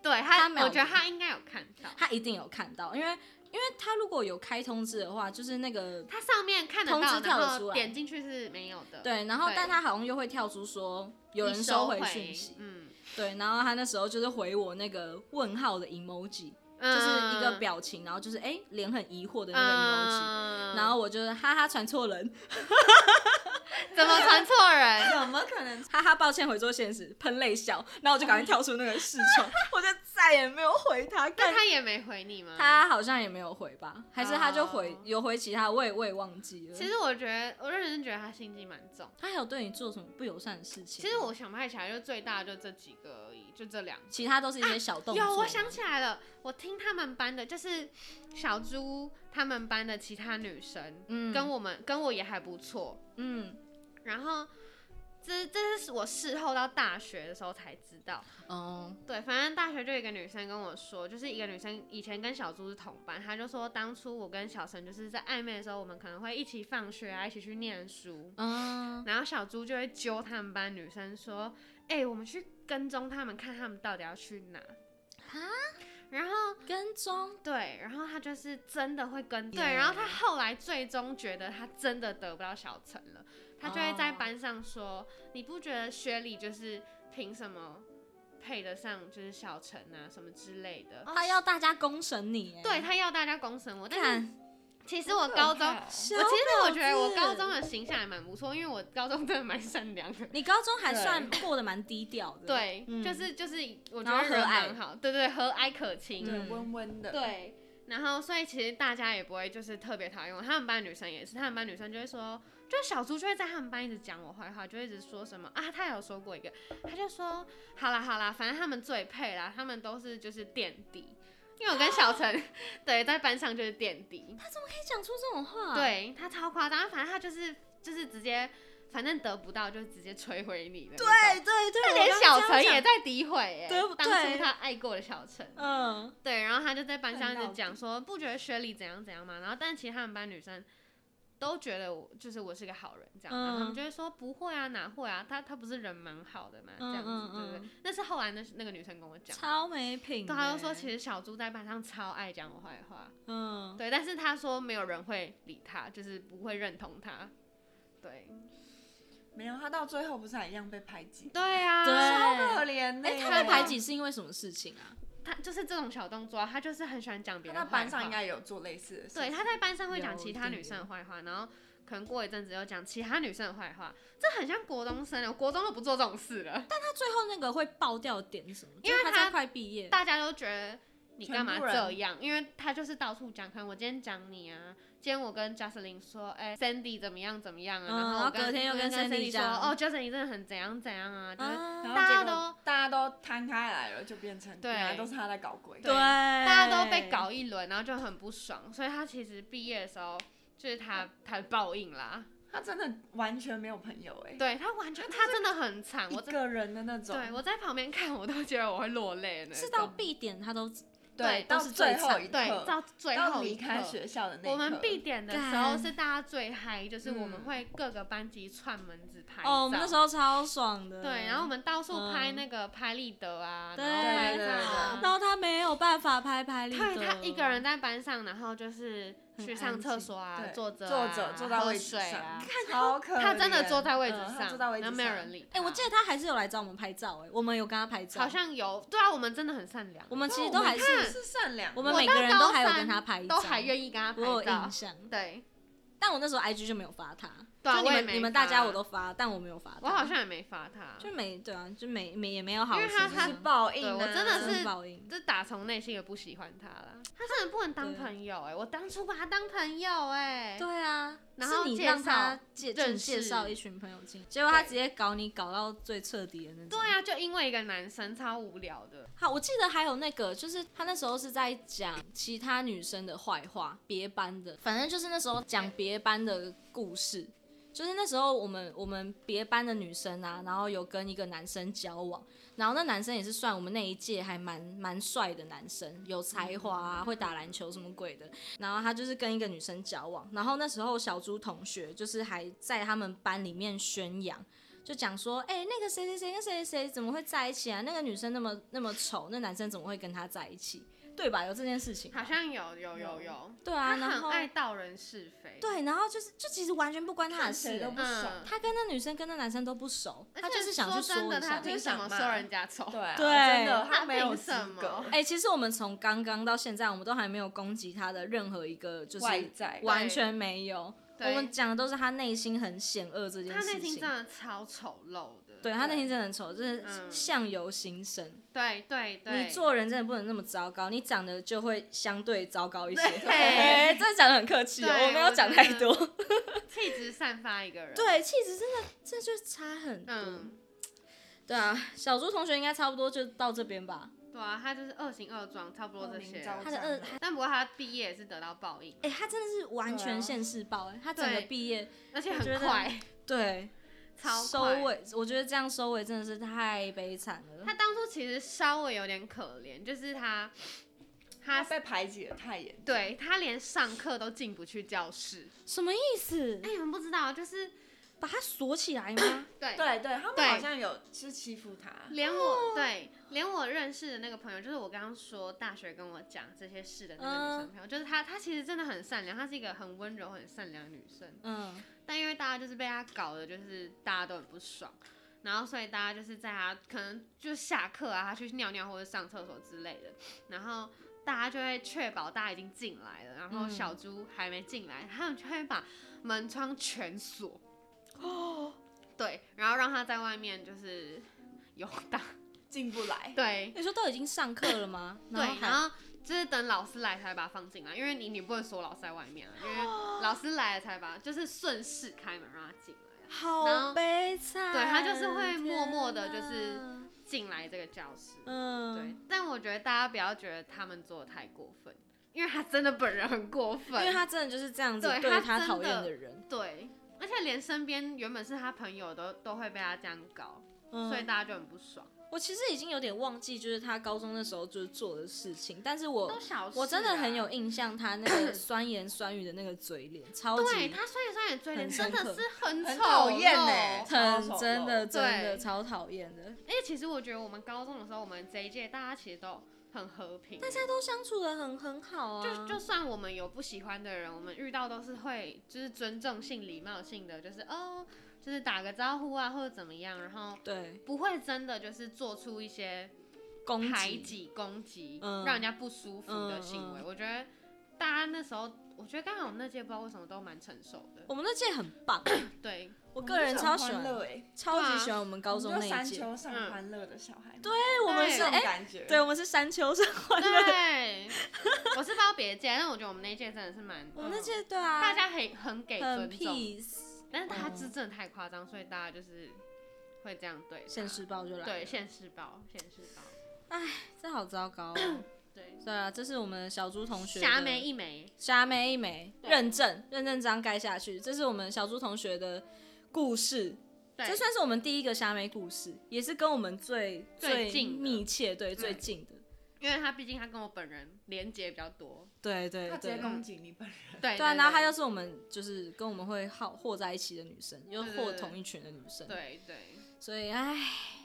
Speaker 2: 对
Speaker 3: 他
Speaker 2: 他，
Speaker 3: 没有
Speaker 2: 我觉得他应该有看到，
Speaker 3: 他一定有看到，因为因为他如果有开通知的话，就是那个
Speaker 2: 他上面看得
Speaker 3: 通知
Speaker 2: 到，
Speaker 3: 跳得
Speaker 2: 然
Speaker 3: 出
Speaker 2: 后
Speaker 3: 来
Speaker 2: 点进去是没有的。，
Speaker 3: 对，然后
Speaker 2: 对
Speaker 3: 但他好像又会跳出说有人
Speaker 2: 收
Speaker 3: 回
Speaker 2: 回
Speaker 3: 讯息，
Speaker 2: 嗯，
Speaker 3: 对，然后他那时候就是回我那个问号的 emoji，就
Speaker 2: 就是
Speaker 3: 一个表情，然后就是哎脸很疑惑的那个 emoji。
Speaker 2: 嗯
Speaker 3: 然后我就是哈哈传错人，
Speaker 2: 怎么传错人？
Speaker 1: 怎么可能？
Speaker 3: 哈哈抱歉回做现实，喷泪笑，然后我就赶快跳出那个视 窗，我就再也没有回他。
Speaker 2: 但
Speaker 3: 但
Speaker 2: 他也没回你吗？。
Speaker 3: 他好像也没有回吧，还是他就回、
Speaker 2: 哦
Speaker 3: 有回其他，我也我也忘记了。
Speaker 2: 其实我觉得，我认真觉得他心机蛮重。
Speaker 3: 他还有对你做什么不友善的事情吗？
Speaker 2: 其实我想不太起来，就最大的就这几个而已，就这两个。
Speaker 3: 其他都是一些小动作。
Speaker 2: 啊有，我想起来了，我听他们班的，就是小猪他们班的其他女生，
Speaker 3: 嗯
Speaker 2: 跟我们跟我也还不错，
Speaker 3: 嗯
Speaker 2: 然后这这是我事后到大学的时候才知道。
Speaker 3: 哦
Speaker 2: 对，反正大学就有一个女生跟我说，就是一个女生以前跟小猪是同班，她就说当初我跟小陈就是在暧昧的时候，我们可能会一起放学啊，一起去念书。
Speaker 4: 哦
Speaker 3: 嗯
Speaker 2: 然后小猪就会揪他们班女生说：“哎、我们去跟踪他们，看他们到底要去哪。”然后
Speaker 3: 跟踪
Speaker 2: 对，然后他就是真的会跟对，
Speaker 3: Yeah
Speaker 2: 然后他后来最终觉得他真的得不到小陈了，他就会在
Speaker 3: 哦
Speaker 2: 班上说：“你不觉得薛礼就是凭什么配得上就是小
Speaker 3: 哦
Speaker 2: 陈啊什么之类的？”
Speaker 3: 他要大家公审你耶，
Speaker 2: 对他要大家公审我，但是
Speaker 3: 看
Speaker 2: 其实我高中，
Speaker 1: 好可怕
Speaker 2: 我
Speaker 1: 哦
Speaker 2: 其实我觉得我
Speaker 4: 小婊子
Speaker 2: 高中的形象还蛮不错，因为我高中真的蛮善良的。
Speaker 4: 你高中还
Speaker 1: 对
Speaker 4: 算过得蛮低调的，，
Speaker 2: 对，
Speaker 4: 嗯
Speaker 2: 就是就是，我觉
Speaker 4: 然后
Speaker 2: 得
Speaker 4: 和
Speaker 2: 人
Speaker 4: 蔼
Speaker 2: 蛮好，对对，和蔼可亲。
Speaker 1: 对，
Speaker 4: 嗯
Speaker 1: 温温的，，
Speaker 2: 对，然后所以其实大家也不会就是特别讨厌我，他们班女生也是，他们班女生就会说，就是小猪就会在他们班一直讲我坏话，就一直说什么啊，他有说过一个，他就说好啦好啦，反正他们最配啦，他们都是就是垫底，因为我跟小陈 对在班上就是垫底，
Speaker 4: 可以讲出这种话，，
Speaker 2: 对他超夸张，反正他就是就是直接。反正得不到就直接摧毁你的那种，
Speaker 4: 对对对，
Speaker 2: 他
Speaker 4: 我
Speaker 2: 连
Speaker 4: 刚
Speaker 2: 小
Speaker 4: 刚
Speaker 2: 陈
Speaker 4: 这样
Speaker 2: 也
Speaker 4: 讲，
Speaker 2: 在诋毁耶、
Speaker 4: 对不
Speaker 2: 当初
Speaker 4: 对
Speaker 2: 他爱过的小陈，
Speaker 4: 嗯，
Speaker 2: 对，然后他就在班上
Speaker 1: 很
Speaker 2: 就
Speaker 1: 闹
Speaker 2: 讲说，不觉得学历怎样怎样嘛。然后，但其实他们班女生都觉得我就是我是个好人这样，然后他
Speaker 4: 嗯
Speaker 2: 们就会说不会啊，哪会啊，他他不是人蛮好的嘛，这样子，
Speaker 4: 嗯嗯
Speaker 2: 对
Speaker 4: 嗯
Speaker 2: 不对？那是后来那那个女生跟我讲，
Speaker 4: 超没品的
Speaker 2: 对，
Speaker 4: 欸，
Speaker 2: 她就说其实小猪在班上超爱讲我坏话，
Speaker 4: 嗯，
Speaker 2: 对，但是她说没有人会理她，就是不会认同她，对，
Speaker 1: 没有，他到最后不是还一样被排挤，
Speaker 2: 对啊，
Speaker 1: 超
Speaker 4: 对
Speaker 1: 可怜呢。
Speaker 4: 哎，他被排挤是因为什么事情啊？
Speaker 2: 她就是这种小动作啊，她就是很喜欢讲别
Speaker 1: 他
Speaker 2: 人
Speaker 1: 在
Speaker 2: 坏
Speaker 1: 班上
Speaker 2: 话
Speaker 1: 应该也有做类似的事情，
Speaker 2: 对，他在班上会讲
Speaker 3: 有
Speaker 2: 其
Speaker 3: 一
Speaker 2: 他
Speaker 3: 定
Speaker 2: 女生的坏话，然后可能过一阵子又讲其他女生的坏话，这很像国中生了，国中都不做这种事了，
Speaker 4: 他最后那个会爆掉点是什么？
Speaker 2: 因为
Speaker 4: 就是他
Speaker 2: 他
Speaker 4: 在快毕业，
Speaker 2: 大家都觉得你
Speaker 1: 全
Speaker 2: 干嘛
Speaker 1: 部
Speaker 2: 这
Speaker 1: 人
Speaker 2: 样？因为他就是到处讲，可能我今天讲你啊，今天我跟 Justin 说，哎、c i n d y 怎么样怎么样啊，
Speaker 4: 嗯
Speaker 2: 然
Speaker 4: 然后
Speaker 2: 后我
Speaker 4: 隔天又跟
Speaker 2: 跟
Speaker 4: Sandy
Speaker 2: Cindy 说，
Speaker 4: 讲
Speaker 2: 哦，Justin 你真的很怎样怎样啊，就是、
Speaker 1: 然
Speaker 4: 啊，
Speaker 1: 后
Speaker 2: 大家
Speaker 1: 结果
Speaker 2: 都
Speaker 1: 大家都摊开来了，就变成
Speaker 2: 对
Speaker 1: 原来都是他在搞鬼，
Speaker 4: 对，
Speaker 2: 对大家都被，搞一轮，然后就很不爽，所以他其实毕业的时候就是他他的报应啦，
Speaker 1: 他真的完全没有朋友哎，
Speaker 2: 对他完全他真的很惨，
Speaker 1: 一
Speaker 2: 我真的
Speaker 1: 个人的那种，
Speaker 2: 对，我在旁边看，我都觉得我会落泪的那
Speaker 4: 是到
Speaker 2: 种
Speaker 4: 必点他都
Speaker 1: 对，
Speaker 2: 对
Speaker 1: 到
Speaker 4: 都是最
Speaker 1: 最后
Speaker 4: 惨
Speaker 1: 一刻，
Speaker 2: 对到最
Speaker 1: 到
Speaker 2: 后
Speaker 1: 离
Speaker 2: 一
Speaker 1: 开
Speaker 2: 刻。
Speaker 1: 学校的那一刻，
Speaker 2: 我们必点的时候
Speaker 4: 干
Speaker 2: 是大家最嗨，就是我们
Speaker 1: 嗯
Speaker 2: 会各个班级串门子拍照。
Speaker 4: 哦，我们那时候超爽的，
Speaker 2: 对，然后我们到处拍
Speaker 4: 嗯
Speaker 2: 那个拍立得啊，
Speaker 4: 对
Speaker 2: 然后拍
Speaker 1: 嗯对对
Speaker 2: 照啊
Speaker 1: 对
Speaker 4: 然后他没有办法拍拍立
Speaker 2: 对
Speaker 4: 得，
Speaker 2: 他一个人在班上，然后就是
Speaker 4: 很
Speaker 2: 去
Speaker 4: 安
Speaker 2: 上厕
Speaker 4: 静
Speaker 2: 所啊，
Speaker 1: 对
Speaker 2: 坐着
Speaker 1: 坐
Speaker 2: 啊
Speaker 1: 着坐到
Speaker 2: 喝
Speaker 1: 位置
Speaker 2: 水
Speaker 1: 上
Speaker 2: 啊，，
Speaker 1: 好可怜，
Speaker 2: 他真的坐在位置
Speaker 1: 嗯他
Speaker 2: 上，
Speaker 1: 坐在位置
Speaker 2: 然后没有
Speaker 1: 上
Speaker 2: 人理他。
Speaker 4: 哎、我记得他还是有来找我们拍照、哎，我们有跟他拍照，
Speaker 2: 好像有，对啊，我们真的很善良欸，
Speaker 4: 我们
Speaker 1: 对
Speaker 4: 其实
Speaker 1: 我
Speaker 4: 都
Speaker 1: 们
Speaker 4: 还是，
Speaker 2: 看
Speaker 1: 是善良的，
Speaker 4: 我们
Speaker 2: 我
Speaker 4: 每
Speaker 2: 到
Speaker 4: 个人都
Speaker 2: 高
Speaker 4: 还有跟
Speaker 2: 三
Speaker 4: 他拍照，
Speaker 2: 都还愿意跟他
Speaker 4: 我有
Speaker 2: 拍照
Speaker 4: 印。象，
Speaker 2: 对，
Speaker 4: 但我那时候 IG 就没有发他，
Speaker 2: 对啊
Speaker 4: 就你
Speaker 2: 我也
Speaker 4: 们
Speaker 2: 没
Speaker 4: 你们大家
Speaker 2: 发
Speaker 4: 我都发，但我没有发他，
Speaker 2: 我好像也没发他，
Speaker 4: 就没对啊，就没没也没有好
Speaker 2: 因
Speaker 4: 心，
Speaker 2: 为他他
Speaker 1: 是报应
Speaker 2: 对
Speaker 1: 啊，
Speaker 2: 我真的
Speaker 4: 真的
Speaker 2: 是
Speaker 4: 报应，
Speaker 2: 就打从内心也不喜欢他了。他真的不能当
Speaker 4: 对
Speaker 2: 朋友哎、我当初把他当朋友哎、
Speaker 4: 对啊，
Speaker 2: 然
Speaker 4: 是
Speaker 2: 后
Speaker 4: 你
Speaker 2: 介
Speaker 4: 让他
Speaker 2: 绍
Speaker 4: 介
Speaker 2: 认
Speaker 4: 就你介
Speaker 2: 识
Speaker 4: 绍一群朋友进，结果他
Speaker 2: 对
Speaker 4: 直接搞你搞到最彻底的那种，
Speaker 2: 对啊，就因为一个男生超无聊的，
Speaker 3: 好，我记得还有那个，就是他那时候是在讲其他女生的坏话，别班的，反正就是那时候讲别班的故事。就是那时候我们我们别班的女生啊，然后有跟一个男生交往，然后那男生也是算我们那一届还蛮蛮帅的男生，有才华啊，会打篮球什么鬼的。然后他就是跟一个女生交往，然后那时候小猪同学就是还在他们班里面宣扬，就讲说，哎、那个谁谁谁跟谁谁谁怎么会在一起啊？那个女生那么那么丑，那男生怎么会跟她在一起？对吧？有这件事情吧，
Speaker 2: 好像有有有有，
Speaker 3: 对
Speaker 2: 他
Speaker 3: 啊，然
Speaker 2: 很
Speaker 3: 后
Speaker 2: 爱道人是非。
Speaker 3: 对，然后就是就其实完全不关他
Speaker 1: 看
Speaker 3: 的事、
Speaker 1: 谁都
Speaker 3: 欸
Speaker 1: 不爽
Speaker 2: 嗯，
Speaker 3: 他跟那女生跟那男生都不熟，
Speaker 2: 而
Speaker 3: 他
Speaker 2: 且
Speaker 3: 就是想
Speaker 2: 说
Speaker 3: 去说
Speaker 2: 真的，
Speaker 3: 一
Speaker 2: 他
Speaker 3: 下。
Speaker 2: 凭什
Speaker 1: 凭
Speaker 2: 么
Speaker 1: 什么
Speaker 2: 说人家丑？
Speaker 1: 对啊，
Speaker 4: 对
Speaker 1: 真的
Speaker 2: 他
Speaker 1: 他没有
Speaker 2: 嗯凭
Speaker 1: 资
Speaker 2: 什么
Speaker 1: 格
Speaker 3: 哎、其实我们从刚刚到现在，我们都还没有攻击他的任何一个，就是
Speaker 1: 外在，
Speaker 3: 完全没有。我
Speaker 2: 对
Speaker 3: 们讲的都是他内心很险恶这件
Speaker 2: 他
Speaker 3: 事情。
Speaker 2: 内心真的超丑陋的。
Speaker 3: 对他内心真的很丑，就是
Speaker 2: 嗯
Speaker 3: 相由心生。
Speaker 2: 对对对，
Speaker 3: 你做人真的不能那么糟糕，你长得就会相对糟糕一些。
Speaker 2: 对
Speaker 3: 哎，这讲的很客气哦，
Speaker 2: 对
Speaker 3: 我没有讲太多。
Speaker 2: 气质散发一个人。
Speaker 3: 对，气质真的这就差很多。
Speaker 2: 嗯，
Speaker 3: 对啊，小猪同学应该差不多就到这边吧。
Speaker 2: 对啊，他就是恶行恶状，差不多这些。
Speaker 3: 他的二
Speaker 2: 但不过他毕业也是得到报应，
Speaker 3: 哎、他真的是完
Speaker 1: 对啊
Speaker 3: 全现世报哎、他整个
Speaker 2: 对
Speaker 3: 毕业
Speaker 2: 而且
Speaker 3: 我觉
Speaker 2: 很
Speaker 3: 得
Speaker 2: 快，
Speaker 3: 对
Speaker 2: 超
Speaker 3: 收
Speaker 2: 快。
Speaker 3: 尾，我觉得这样收尾真的是太悲惨了。
Speaker 2: 他当初其实稍微有点可怜，就是他，
Speaker 1: 他
Speaker 2: 他
Speaker 1: 被排挤的太严，
Speaker 2: 对他连上课都进不去教室。
Speaker 3: 什么意思
Speaker 2: 哎、？你们不知道，就是
Speaker 3: 把他锁起来吗？
Speaker 2: 对，
Speaker 1: 对对，他们
Speaker 2: 对
Speaker 1: 好像有是欺负他，
Speaker 2: 连我、
Speaker 3: 哦
Speaker 2: 对连我认识的那个朋友，就是我刚刚说大学跟我讲这些事的那个
Speaker 3: 嗯
Speaker 2: 女生朋友，就是她，她其实真的很善良，她是一个很温柔、很善良的女生。
Speaker 3: 嗯，
Speaker 2: 但因为大家就是被他搞的，就是大家都很不爽，然后所以大家就是在他可能就下课啊，他去尿尿或者上厕所之类的，然后大家就会确保大家已经进来了，然后小猪还没进来，他们就会把门窗全锁。哦，对，然后让他在外面就是游荡。
Speaker 1: 进不来。
Speaker 2: 对
Speaker 3: 你说都已经上课了吗？
Speaker 2: 对，
Speaker 3: 还
Speaker 2: 然后就是等老师来才把它放进来，因为你你不能锁老师在外面啊，因 为老师来了才把就是顺势开门让他进来。啊然
Speaker 1: 好
Speaker 2: 后
Speaker 1: 悲惨，
Speaker 2: 对他就是会默默的，就
Speaker 3: 天
Speaker 2: 是
Speaker 3: 哪
Speaker 2: 进来这个教室。对
Speaker 3: 嗯，，
Speaker 2: 但我觉得大家不要觉得他们做的太过分，因为他真的本人很过分，
Speaker 3: 因为他真的就是这样子
Speaker 2: 对
Speaker 3: 对
Speaker 2: 他
Speaker 3: 他
Speaker 2: 真
Speaker 3: 讨厌
Speaker 2: 的
Speaker 3: 的人，
Speaker 2: 对，而且连身边原本是他朋友都都会被他这样搞，
Speaker 3: 嗯
Speaker 2: 所以大家就很不爽。
Speaker 3: 我其实已经有点忘记，就是他高中那时候就是做的事情，但是我
Speaker 2: 都小事、啊
Speaker 3: 我真的很有。印象，他那个酸言酸语的那个嘴脸，超级
Speaker 2: 对他虽然虽然嘴脸
Speaker 3: 很深
Speaker 2: 真的
Speaker 3: 刻
Speaker 2: 是很
Speaker 1: 很
Speaker 2: 丑哦
Speaker 1: 讨厌
Speaker 2: 陋
Speaker 1: 欸超
Speaker 3: 很
Speaker 1: 丑
Speaker 3: 真的
Speaker 1: 陋
Speaker 3: 真的
Speaker 2: 对
Speaker 3: 超讨厌的，
Speaker 2: 哎、其实我觉得我们高中的时候，我们这一届大家其实都很和平，大家
Speaker 3: 都相处的很很好啊，
Speaker 2: 就就算我们有不喜欢的人，我们遇到都是会就是尊重性、礼貌性的，就是哦，就是打个招呼啊，或者怎么样，然后
Speaker 3: 对
Speaker 2: 不会真的就是做出一些
Speaker 3: 攻
Speaker 2: 排
Speaker 3: 击，
Speaker 2: 挤、攻击，
Speaker 3: 嗯
Speaker 2: 让人家不舒服的行为。
Speaker 3: 嗯
Speaker 2: 我觉得大家那时候，我觉得刚好我们那届不知道为什么都蛮成熟的，
Speaker 3: 我们那届很 棒，
Speaker 2: 对，
Speaker 3: 我个人超喜
Speaker 1: 欢乐
Speaker 3: 欢，
Speaker 1: 哎，
Speaker 3: 超级喜欢我们高中
Speaker 1: 我
Speaker 3: 那
Speaker 1: 们就
Speaker 3: 一
Speaker 1: 山
Speaker 3: 届，
Speaker 1: 丘上
Speaker 2: 嗯
Speaker 1: 欢乐的小孩，
Speaker 3: 对，我们是
Speaker 1: 这种
Speaker 3: 哎，
Speaker 1: 感觉，
Speaker 3: 对，我们是山丘上欢乐，
Speaker 2: 对，我是不知道别届，但是我觉得我们那一届真的是蛮， 嗯
Speaker 3: 我们那届对啊，
Speaker 2: 大家很很给
Speaker 3: 很
Speaker 2: 尊重，
Speaker 3: peace，
Speaker 2: 但是他
Speaker 3: 嗯
Speaker 2: 是真的太夸张，所以大家就是会这样对他
Speaker 3: 现实报就来，
Speaker 2: 对，现世报，现世报，
Speaker 3: 这好糟糕 哦。
Speaker 2: 对，
Speaker 3: 对啊，这是我们小猪同学的
Speaker 2: 霞眉一枚，
Speaker 3: 虾妹一枚
Speaker 2: 对
Speaker 3: 认证认证章盖下去，这是我们小猪同学的故事，
Speaker 2: 对
Speaker 3: 这算是我们第一个虾妹故事，也是跟我们最
Speaker 2: 最近的
Speaker 3: 密切，对最
Speaker 2: 嗯
Speaker 3: 近的，
Speaker 2: 因为他毕竟他跟我本人连接比较多，
Speaker 3: 对对
Speaker 1: 他直接
Speaker 3: 对。
Speaker 1: 攻击你本人，
Speaker 2: 对
Speaker 3: 对啊，然后她
Speaker 2: 对
Speaker 3: 又是我们就是跟我们会好和在一起的女生，又
Speaker 2: 对对
Speaker 3: 和
Speaker 2: 对
Speaker 3: 同一群的女生，
Speaker 2: 对对，
Speaker 3: 所以唉，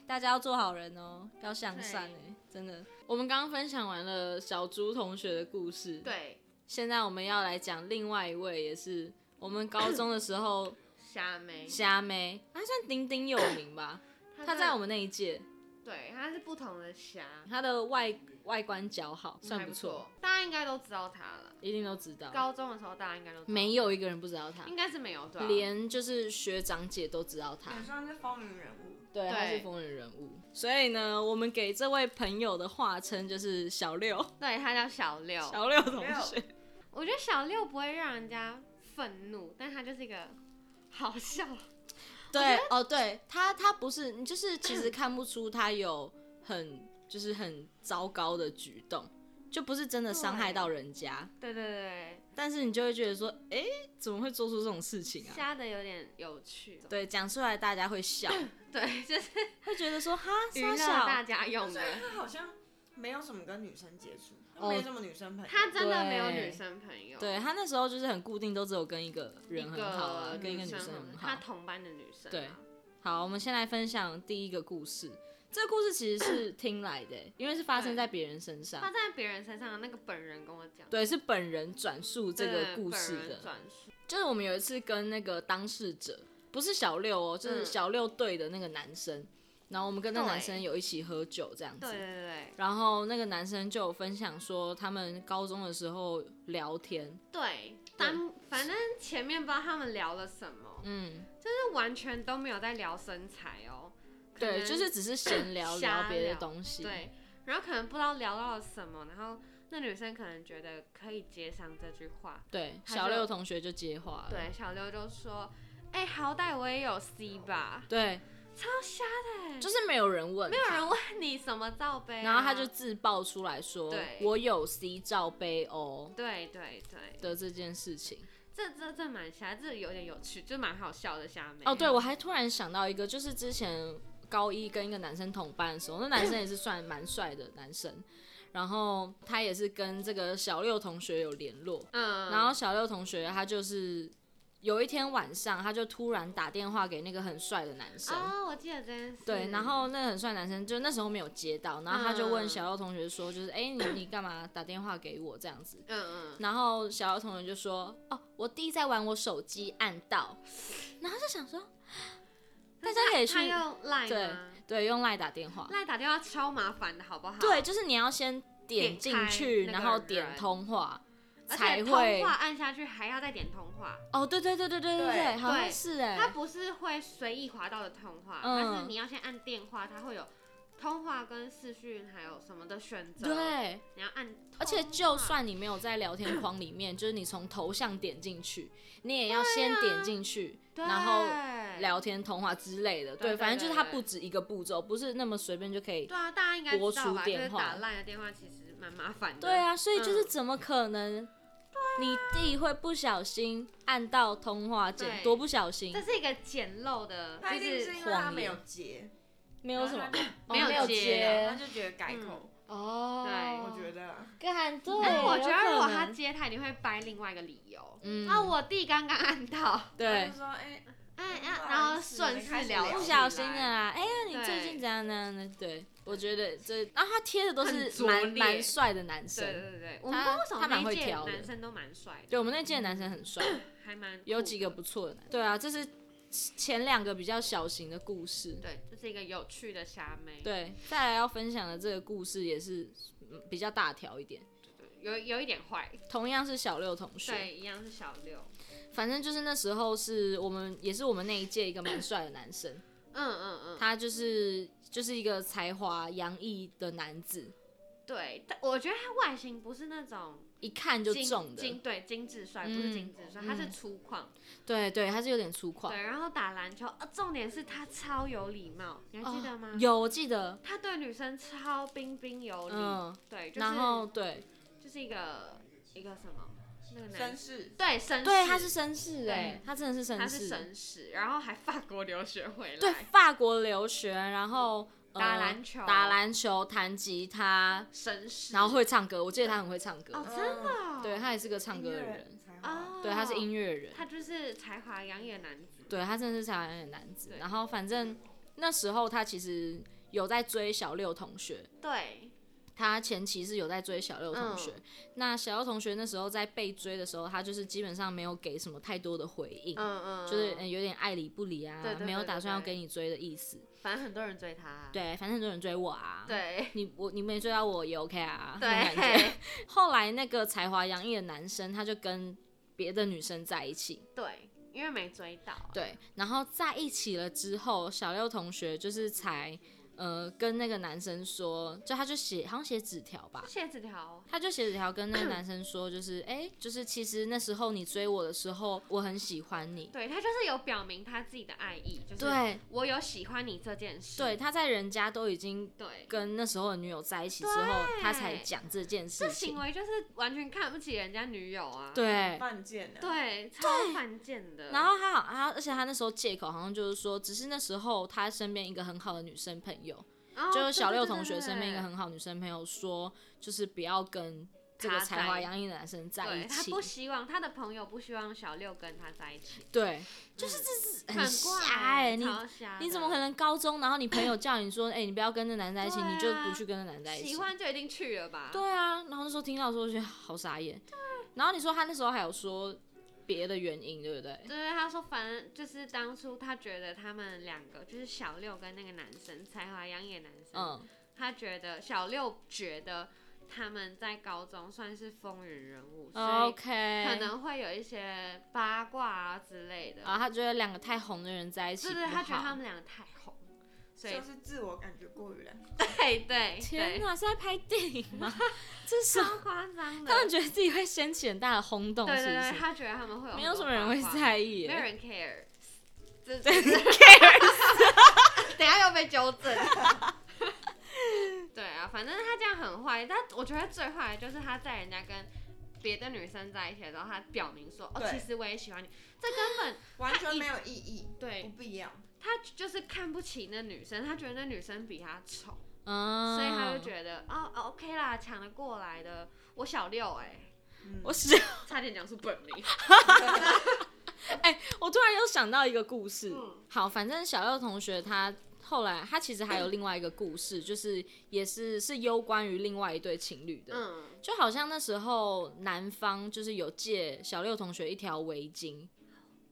Speaker 3: 大家要做好人哦，要向善
Speaker 2: 对
Speaker 3: 哎，真的。我们刚刚分享完了小猪同学的故事，
Speaker 2: 对，
Speaker 3: 现在我们要来讲另外一位，也是我们高中的时候
Speaker 2: 虾妹，
Speaker 3: 虾妹，她算鼎鼎有名吧？她
Speaker 2: 真
Speaker 3: 在
Speaker 2: 的
Speaker 3: 我们那一届，
Speaker 2: 对，它是不同的虾，
Speaker 3: 她的外外观姣好，
Speaker 2: 嗯
Speaker 3: 算
Speaker 2: 还
Speaker 3: 不
Speaker 2: 不
Speaker 3: 错，，
Speaker 2: 大家应该都知道它了。
Speaker 3: 一定都知道。
Speaker 2: 高中的时候，大家应该都知道
Speaker 3: 没，有一个人不知道她，
Speaker 2: 应该是没有对啊吧、
Speaker 3: 连就是学长姐都知道她。
Speaker 1: 也算是风云人物。
Speaker 2: 嗯对
Speaker 3: 对，她是风云人物。所以呢，我们给这位朋友的化称就是小六，
Speaker 2: 对，它叫小六。
Speaker 3: 小六同学。
Speaker 2: 我觉得小六不会让人家愤怒，但它就是一个好笑。
Speaker 3: 对，哦，对，她她不是，你就是其实看不出她有很就是很糟糕的举动，就不是真的伤害到人家。
Speaker 2: 对对对
Speaker 3: 但是你就会觉得说，哎、怎么会做出这种事情
Speaker 2: 对，
Speaker 3: 啊？
Speaker 2: 虾的有点有趣。
Speaker 3: 对，讲出来大家 会笑，
Speaker 2: 对，就是
Speaker 3: 会觉得说哈，
Speaker 2: 娱
Speaker 3: 傻
Speaker 2: 乐
Speaker 3: 小，
Speaker 2: 大家用的。
Speaker 1: 他好像没有什么跟女生接触，
Speaker 3: 哦
Speaker 1: 没什么女生朋友。
Speaker 2: 他真的没有
Speaker 3: 对
Speaker 2: 女生朋友，
Speaker 3: 对他那时候就是很固定，都只有跟一个
Speaker 2: 一
Speaker 3: 人很好啊
Speaker 2: 个，
Speaker 3: 跟一个女
Speaker 2: 生
Speaker 3: 生很
Speaker 2: 他
Speaker 3: 好。
Speaker 2: 同班的女生、啊。
Speaker 3: 对好，我们先来分享第一个故事。这个故事其实是听来的、因为是发生在别人身
Speaker 2: 他
Speaker 3: 上，
Speaker 2: 在别人身上的那个本人跟我讲
Speaker 3: 对，是本人转述这个
Speaker 2: 对
Speaker 3: 故
Speaker 2: 本
Speaker 3: 事
Speaker 2: 人
Speaker 3: 的。
Speaker 2: 转述。
Speaker 3: 就是我们有一次跟那个当事者，不是小六哦，就是
Speaker 2: 嗯
Speaker 3: 小六队的那个男生，然后我们跟那男
Speaker 2: 对
Speaker 3: 生有一起喝酒这样子
Speaker 2: 对。对对对
Speaker 3: 然后那个男生就有分享说，他们高中的时候聊天，
Speaker 2: 对，但反正前面不知道他们聊了什么，
Speaker 3: 嗯，
Speaker 2: 就是完全都没有在聊身材哦。可
Speaker 3: 对，
Speaker 2: 能
Speaker 3: 就是只是闲聊
Speaker 2: 瞎
Speaker 3: 聊别的
Speaker 2: 聊
Speaker 3: 东西，
Speaker 2: 对，然后可能不知道聊到了什么，然后那女生可能觉得可以接上这句话，
Speaker 3: 对，
Speaker 2: 他
Speaker 3: 小
Speaker 2: 就
Speaker 3: 六同学就接话了，
Speaker 2: 对，小六就说：“哎、好歹我也有 C 吧，
Speaker 3: 对，
Speaker 2: 超瞎的欸，
Speaker 3: 就是没有人问，
Speaker 2: 没有人问你什么罩杯啊、
Speaker 3: 然后他就自爆出来说
Speaker 2: 对，
Speaker 3: 我有 C 罩杯哦
Speaker 2: 对对对，
Speaker 3: 的这件事情。
Speaker 2: 这这这蛮瞎，这有点有趣，就蛮好笑的虾妹。嗯
Speaker 3: 哦，对，我还突然想到一个，就是之前高一跟一个男生同班的时候，那男生也是算蛮帅的男生，然后他也是跟这个小六同学有联络，
Speaker 2: 嗯，
Speaker 3: 然后小六同学他就是有一天晚上，他就突然打电话给那个很帅的男生。
Speaker 2: 哦，我记得这件事。
Speaker 3: 对，然后那个很帅的男生就那时候没有接到，然后他就问
Speaker 2: 嗯
Speaker 3: 小六同学说，就是哎、你你干嘛打电话给我这样子？
Speaker 2: 嗯嗯，
Speaker 3: 然后小姚同学就说：“哦，我弟在玩我手机，按到。”然后就想说，嗯大家可以去
Speaker 2: 他用赖
Speaker 3: 对
Speaker 2: 吗？
Speaker 3: 对用赖打电话，
Speaker 2: 赖打电话超麻烦的，好不好？
Speaker 3: 对，就是你要先点
Speaker 2: 点
Speaker 3: 进
Speaker 2: 开
Speaker 3: 去，
Speaker 2: 那
Speaker 3: 然
Speaker 2: 个
Speaker 3: 后点
Speaker 2: 人
Speaker 3: 通话，
Speaker 2: 而
Speaker 3: 才
Speaker 2: 且
Speaker 3: 会
Speaker 2: 通话按下去还要再点通话，
Speaker 3: 哦，对对对对对对
Speaker 4: 对
Speaker 3: 对，好像
Speaker 2: 对
Speaker 3: 是哎、
Speaker 2: 它不是会随意滑到的通话，
Speaker 3: 嗯
Speaker 2: 它是你要先按电话，它会有通话跟视讯还有什么的选择，，
Speaker 3: 对，
Speaker 2: 你要按通话，
Speaker 3: 而且就算你没有在聊天框里面，就是你从头像点进去，你也要先点进去，
Speaker 2: 啊对
Speaker 3: 然后聊天通话之类的，
Speaker 2: 对对
Speaker 3: 反正就是
Speaker 2: 对
Speaker 3: 它
Speaker 2: 对
Speaker 3: 不止一个步骤，不是那么随便就可以。
Speaker 2: 对啊，大家应该
Speaker 3: 拨
Speaker 2: 知道
Speaker 3: 出
Speaker 2: 吧？就
Speaker 3: 电
Speaker 2: 是
Speaker 3: 话
Speaker 2: 打烂的电话其实蛮麻烦的，
Speaker 3: 对啊，所以就是
Speaker 2: 嗯啊
Speaker 3: 怎么可能？你弟会不小心按到通话键，
Speaker 2: 对
Speaker 3: 多不小心
Speaker 2: 这，是一个简陋的，
Speaker 1: 他一
Speaker 2: 就
Speaker 1: 定
Speaker 2: 是
Speaker 1: 是因为他
Speaker 3: 谎
Speaker 1: 没
Speaker 3: 言
Speaker 1: 有接，
Speaker 3: 没有什么
Speaker 1: 然后他
Speaker 3: 哦
Speaker 2: 没有
Speaker 3: 有
Speaker 2: 接
Speaker 1: 他就觉得改口，
Speaker 3: 哦。
Speaker 2: 对
Speaker 1: 我觉得啊
Speaker 3: 干对，
Speaker 2: 但哎是我觉得如果
Speaker 3: 有可
Speaker 2: 他
Speaker 3: 能
Speaker 2: 接他，一定会掰另外一个理由。
Speaker 3: 嗯
Speaker 2: 啊，我弟刚刚按到，
Speaker 1: 他
Speaker 3: 对
Speaker 1: 就说哎，
Speaker 2: 哎
Speaker 1: 不好
Speaker 2: 啊，然后
Speaker 1: 意思
Speaker 2: 顺势聊起来，
Speaker 3: 不小心的啦，哎呀，你
Speaker 2: 对
Speaker 3: 最近怎样怎样的？对，我觉得这，然后他贴的都
Speaker 2: 很
Speaker 3: 是
Speaker 2: 拙
Speaker 3: 蛮
Speaker 2: 劣
Speaker 3: 蛮帅的男
Speaker 2: 对
Speaker 3: 生，
Speaker 2: 对对，我们不知道为什
Speaker 3: 他
Speaker 2: 么
Speaker 3: 蛮
Speaker 2: 那
Speaker 3: 会
Speaker 2: 一届
Speaker 3: 挑的
Speaker 2: 男生都蛮帅的，
Speaker 3: 对我们那届的男生很帅，
Speaker 2: 还蛮
Speaker 3: 有
Speaker 2: 酷
Speaker 3: 几个
Speaker 2: 的
Speaker 3: 不错的男。对啊，这是前两个比较小型的故事。
Speaker 2: 对，这是一个有趣的虾妹。
Speaker 3: 对，再来要分享的这个故事也是嗯比较大条一点，
Speaker 2: 对，有有一点坏。
Speaker 3: 同样是小六同学，
Speaker 2: 对，一样是小六。
Speaker 3: 反正就是那时候是我们也是我们那一届一个蛮帅的男生，
Speaker 2: 嗯嗯嗯，
Speaker 3: 他就是就是一个才华洋溢的男子，
Speaker 2: 对，但我觉得他外形不是那种
Speaker 3: 一看就
Speaker 2: 精
Speaker 3: 中的，
Speaker 2: 精对精致帅，不是
Speaker 3: 嗯
Speaker 2: 精致帅，他是
Speaker 3: 嗯
Speaker 2: 粗犷。
Speaker 3: 对对，他是有点粗犷。
Speaker 2: 对，然后打篮球，呃，重点是他超有礼貌，你还记得吗？
Speaker 3: 哦有，我记得。
Speaker 2: 他对女生超彬彬有礼，
Speaker 3: 嗯，
Speaker 2: 对，就是
Speaker 3: 然后对
Speaker 2: 就是一个一个什么那个男
Speaker 1: 绅士，
Speaker 2: 对绅士，
Speaker 3: 对，他是绅士
Speaker 2: 对
Speaker 3: 哎，他真的是绅
Speaker 2: 他
Speaker 3: 士，
Speaker 2: 是绅士，然后还法国留学回来，
Speaker 3: 对，法国留学，然后、呃
Speaker 2: 打篮球，
Speaker 3: 打篮球、弹吉他，
Speaker 2: 绅士，
Speaker 3: 然后会唱歌。我记得他很会唱歌，
Speaker 2: 哦，真的哦、
Speaker 3: 对他也是个唱歌的
Speaker 1: 音乐
Speaker 3: 人，
Speaker 1: 才好啊，
Speaker 2: 哦，
Speaker 3: 对，他是音乐人，
Speaker 2: 他就是才华洋溢的男子，
Speaker 3: 对他真的是台湾的男子。
Speaker 2: 对
Speaker 3: 然后反正那时候他其实有在追小六同学，
Speaker 2: 对，
Speaker 3: 他前期是有在追小六
Speaker 2: 嗯
Speaker 3: 同学。那小六同学那时候在被追的时候，他就是基本上没有给什么太多的回应。
Speaker 2: 嗯嗯，
Speaker 3: 就是
Speaker 2: 嗯
Speaker 3: 嗯有点爱理不理啊，
Speaker 2: 对对对
Speaker 3: 没有打算要
Speaker 2: 对对
Speaker 3: 给你追的意思。
Speaker 2: 反正很多人追他，
Speaker 3: 对，反正很多人追我啊，
Speaker 2: 对
Speaker 3: 你我你没追到我也 OK 啊。那种感觉
Speaker 2: 对
Speaker 3: 后来那个才华洋溢的男生，他就跟别的女生在一起，
Speaker 2: 对，因为没追到，啊
Speaker 3: 对，然后在一起了之后，小六同学就是才呃跟那个男生说，就他就写好像写纸条吧，
Speaker 2: 谢纸条，
Speaker 3: 他就写纸条跟那个男生说，就是哎、诶就是其实那时候你追我的时候，我很喜欢你。
Speaker 2: 对他就是有表明他自己的爱意，就是
Speaker 3: 对
Speaker 2: 我有喜欢你这件事，
Speaker 3: 对，他在人家都已经
Speaker 2: 对，
Speaker 3: 跟那时候的女友在一起之后，
Speaker 2: 对
Speaker 3: 他才讲这件
Speaker 2: 这
Speaker 3: 事
Speaker 2: 行
Speaker 3: 情。
Speaker 2: 为就是完全看不起人家女友啊，
Speaker 3: 对，
Speaker 1: 犯贱的，
Speaker 2: 对，超犯贱的，
Speaker 3: 然后他好，他而且他那时候借口好像就是说，只是那时候他身边一个很好的女生朋友，
Speaker 2: 哦
Speaker 3: 就是小
Speaker 2: 对
Speaker 3: 六
Speaker 2: 对对
Speaker 3: 同学身边一个
Speaker 2: 对
Speaker 3: 很好的女生朋友说，就是不要跟这个
Speaker 2: 他
Speaker 3: 才华
Speaker 2: 在
Speaker 3: 洋溢的男生在
Speaker 2: 对
Speaker 3: 一
Speaker 2: 他
Speaker 3: 起
Speaker 2: 不。希望他的朋友不希望小六跟他在一起，
Speaker 3: 对，就是这是
Speaker 2: 很怪
Speaker 3: 瞎哎，你
Speaker 2: 超瞎
Speaker 3: 你
Speaker 2: 的
Speaker 3: 怎么可能高中，然后你朋友叫你说，哎，你不要跟那男在一起，
Speaker 2: 对
Speaker 3: 你就
Speaker 2: 啊
Speaker 3: 不去跟那男在一起
Speaker 2: 喜。欢就一定去了吧？
Speaker 3: 对啊，然后那时候听到的时候就觉得好傻眼。然后你说他那时候还有说别的原因，对不对？
Speaker 2: 就是他说，反正就是当初他觉得他们两个，就是小六跟那个男生才华洋溢的男生，
Speaker 3: 嗯，
Speaker 2: 他觉得小六觉得他们在高中算是风云人物，所以
Speaker 3: 哦 OK，
Speaker 2: 可能会有一些八卦啊之类的。
Speaker 3: 啊，他觉得两个太红的人在一起
Speaker 2: 对对，
Speaker 3: 不
Speaker 2: 他觉得
Speaker 3: 好
Speaker 2: 他们两个太红，所以
Speaker 1: 就是自我感觉过于良好，
Speaker 2: 对对
Speaker 3: 天
Speaker 2: 对，
Speaker 3: 哪，是在拍电影 吗？这是
Speaker 2: 超夸张的。
Speaker 3: 他们觉得自己会掀起很大的轰动，
Speaker 2: 对
Speaker 3: 是
Speaker 2: 对
Speaker 3: 不
Speaker 2: 对，
Speaker 3: 是？
Speaker 2: 他觉得他们会有
Speaker 3: 没
Speaker 2: 很
Speaker 3: 有
Speaker 2: 多
Speaker 3: 什么人会
Speaker 2: 八卦，
Speaker 3: 在意
Speaker 2: 没有
Speaker 3: 耶，
Speaker 2: 人 care，这这 等一下又被纠正。对啊，反正他这样很坏，但我觉得最坏的就是他在人家跟别的女生在一起的时候，他表明说：“哦，
Speaker 1: 对
Speaker 2: 其实我也喜欢你。”这根本
Speaker 1: 完全没有意义，不
Speaker 3: 嗯
Speaker 2: 对
Speaker 1: 必要。
Speaker 2: 他就是看不起那女生，他觉得那女生比他丑，
Speaker 3: 嗯，
Speaker 2: 所以他就觉得：“哦哦，OK 啦，抢得过来的，我小六哎、
Speaker 1: 嗯
Speaker 3: 我是
Speaker 2: 差点讲出本名。
Speaker 3: 我突然又想到一个故事
Speaker 2: 嗯。
Speaker 3: 好，反正小六同学他后来他其实还有另外一个故事，就是也是是攸关于另外一对情侣”的。
Speaker 2: 嗯，
Speaker 3: 就好像那时候男方就是有借小六同学一条围巾，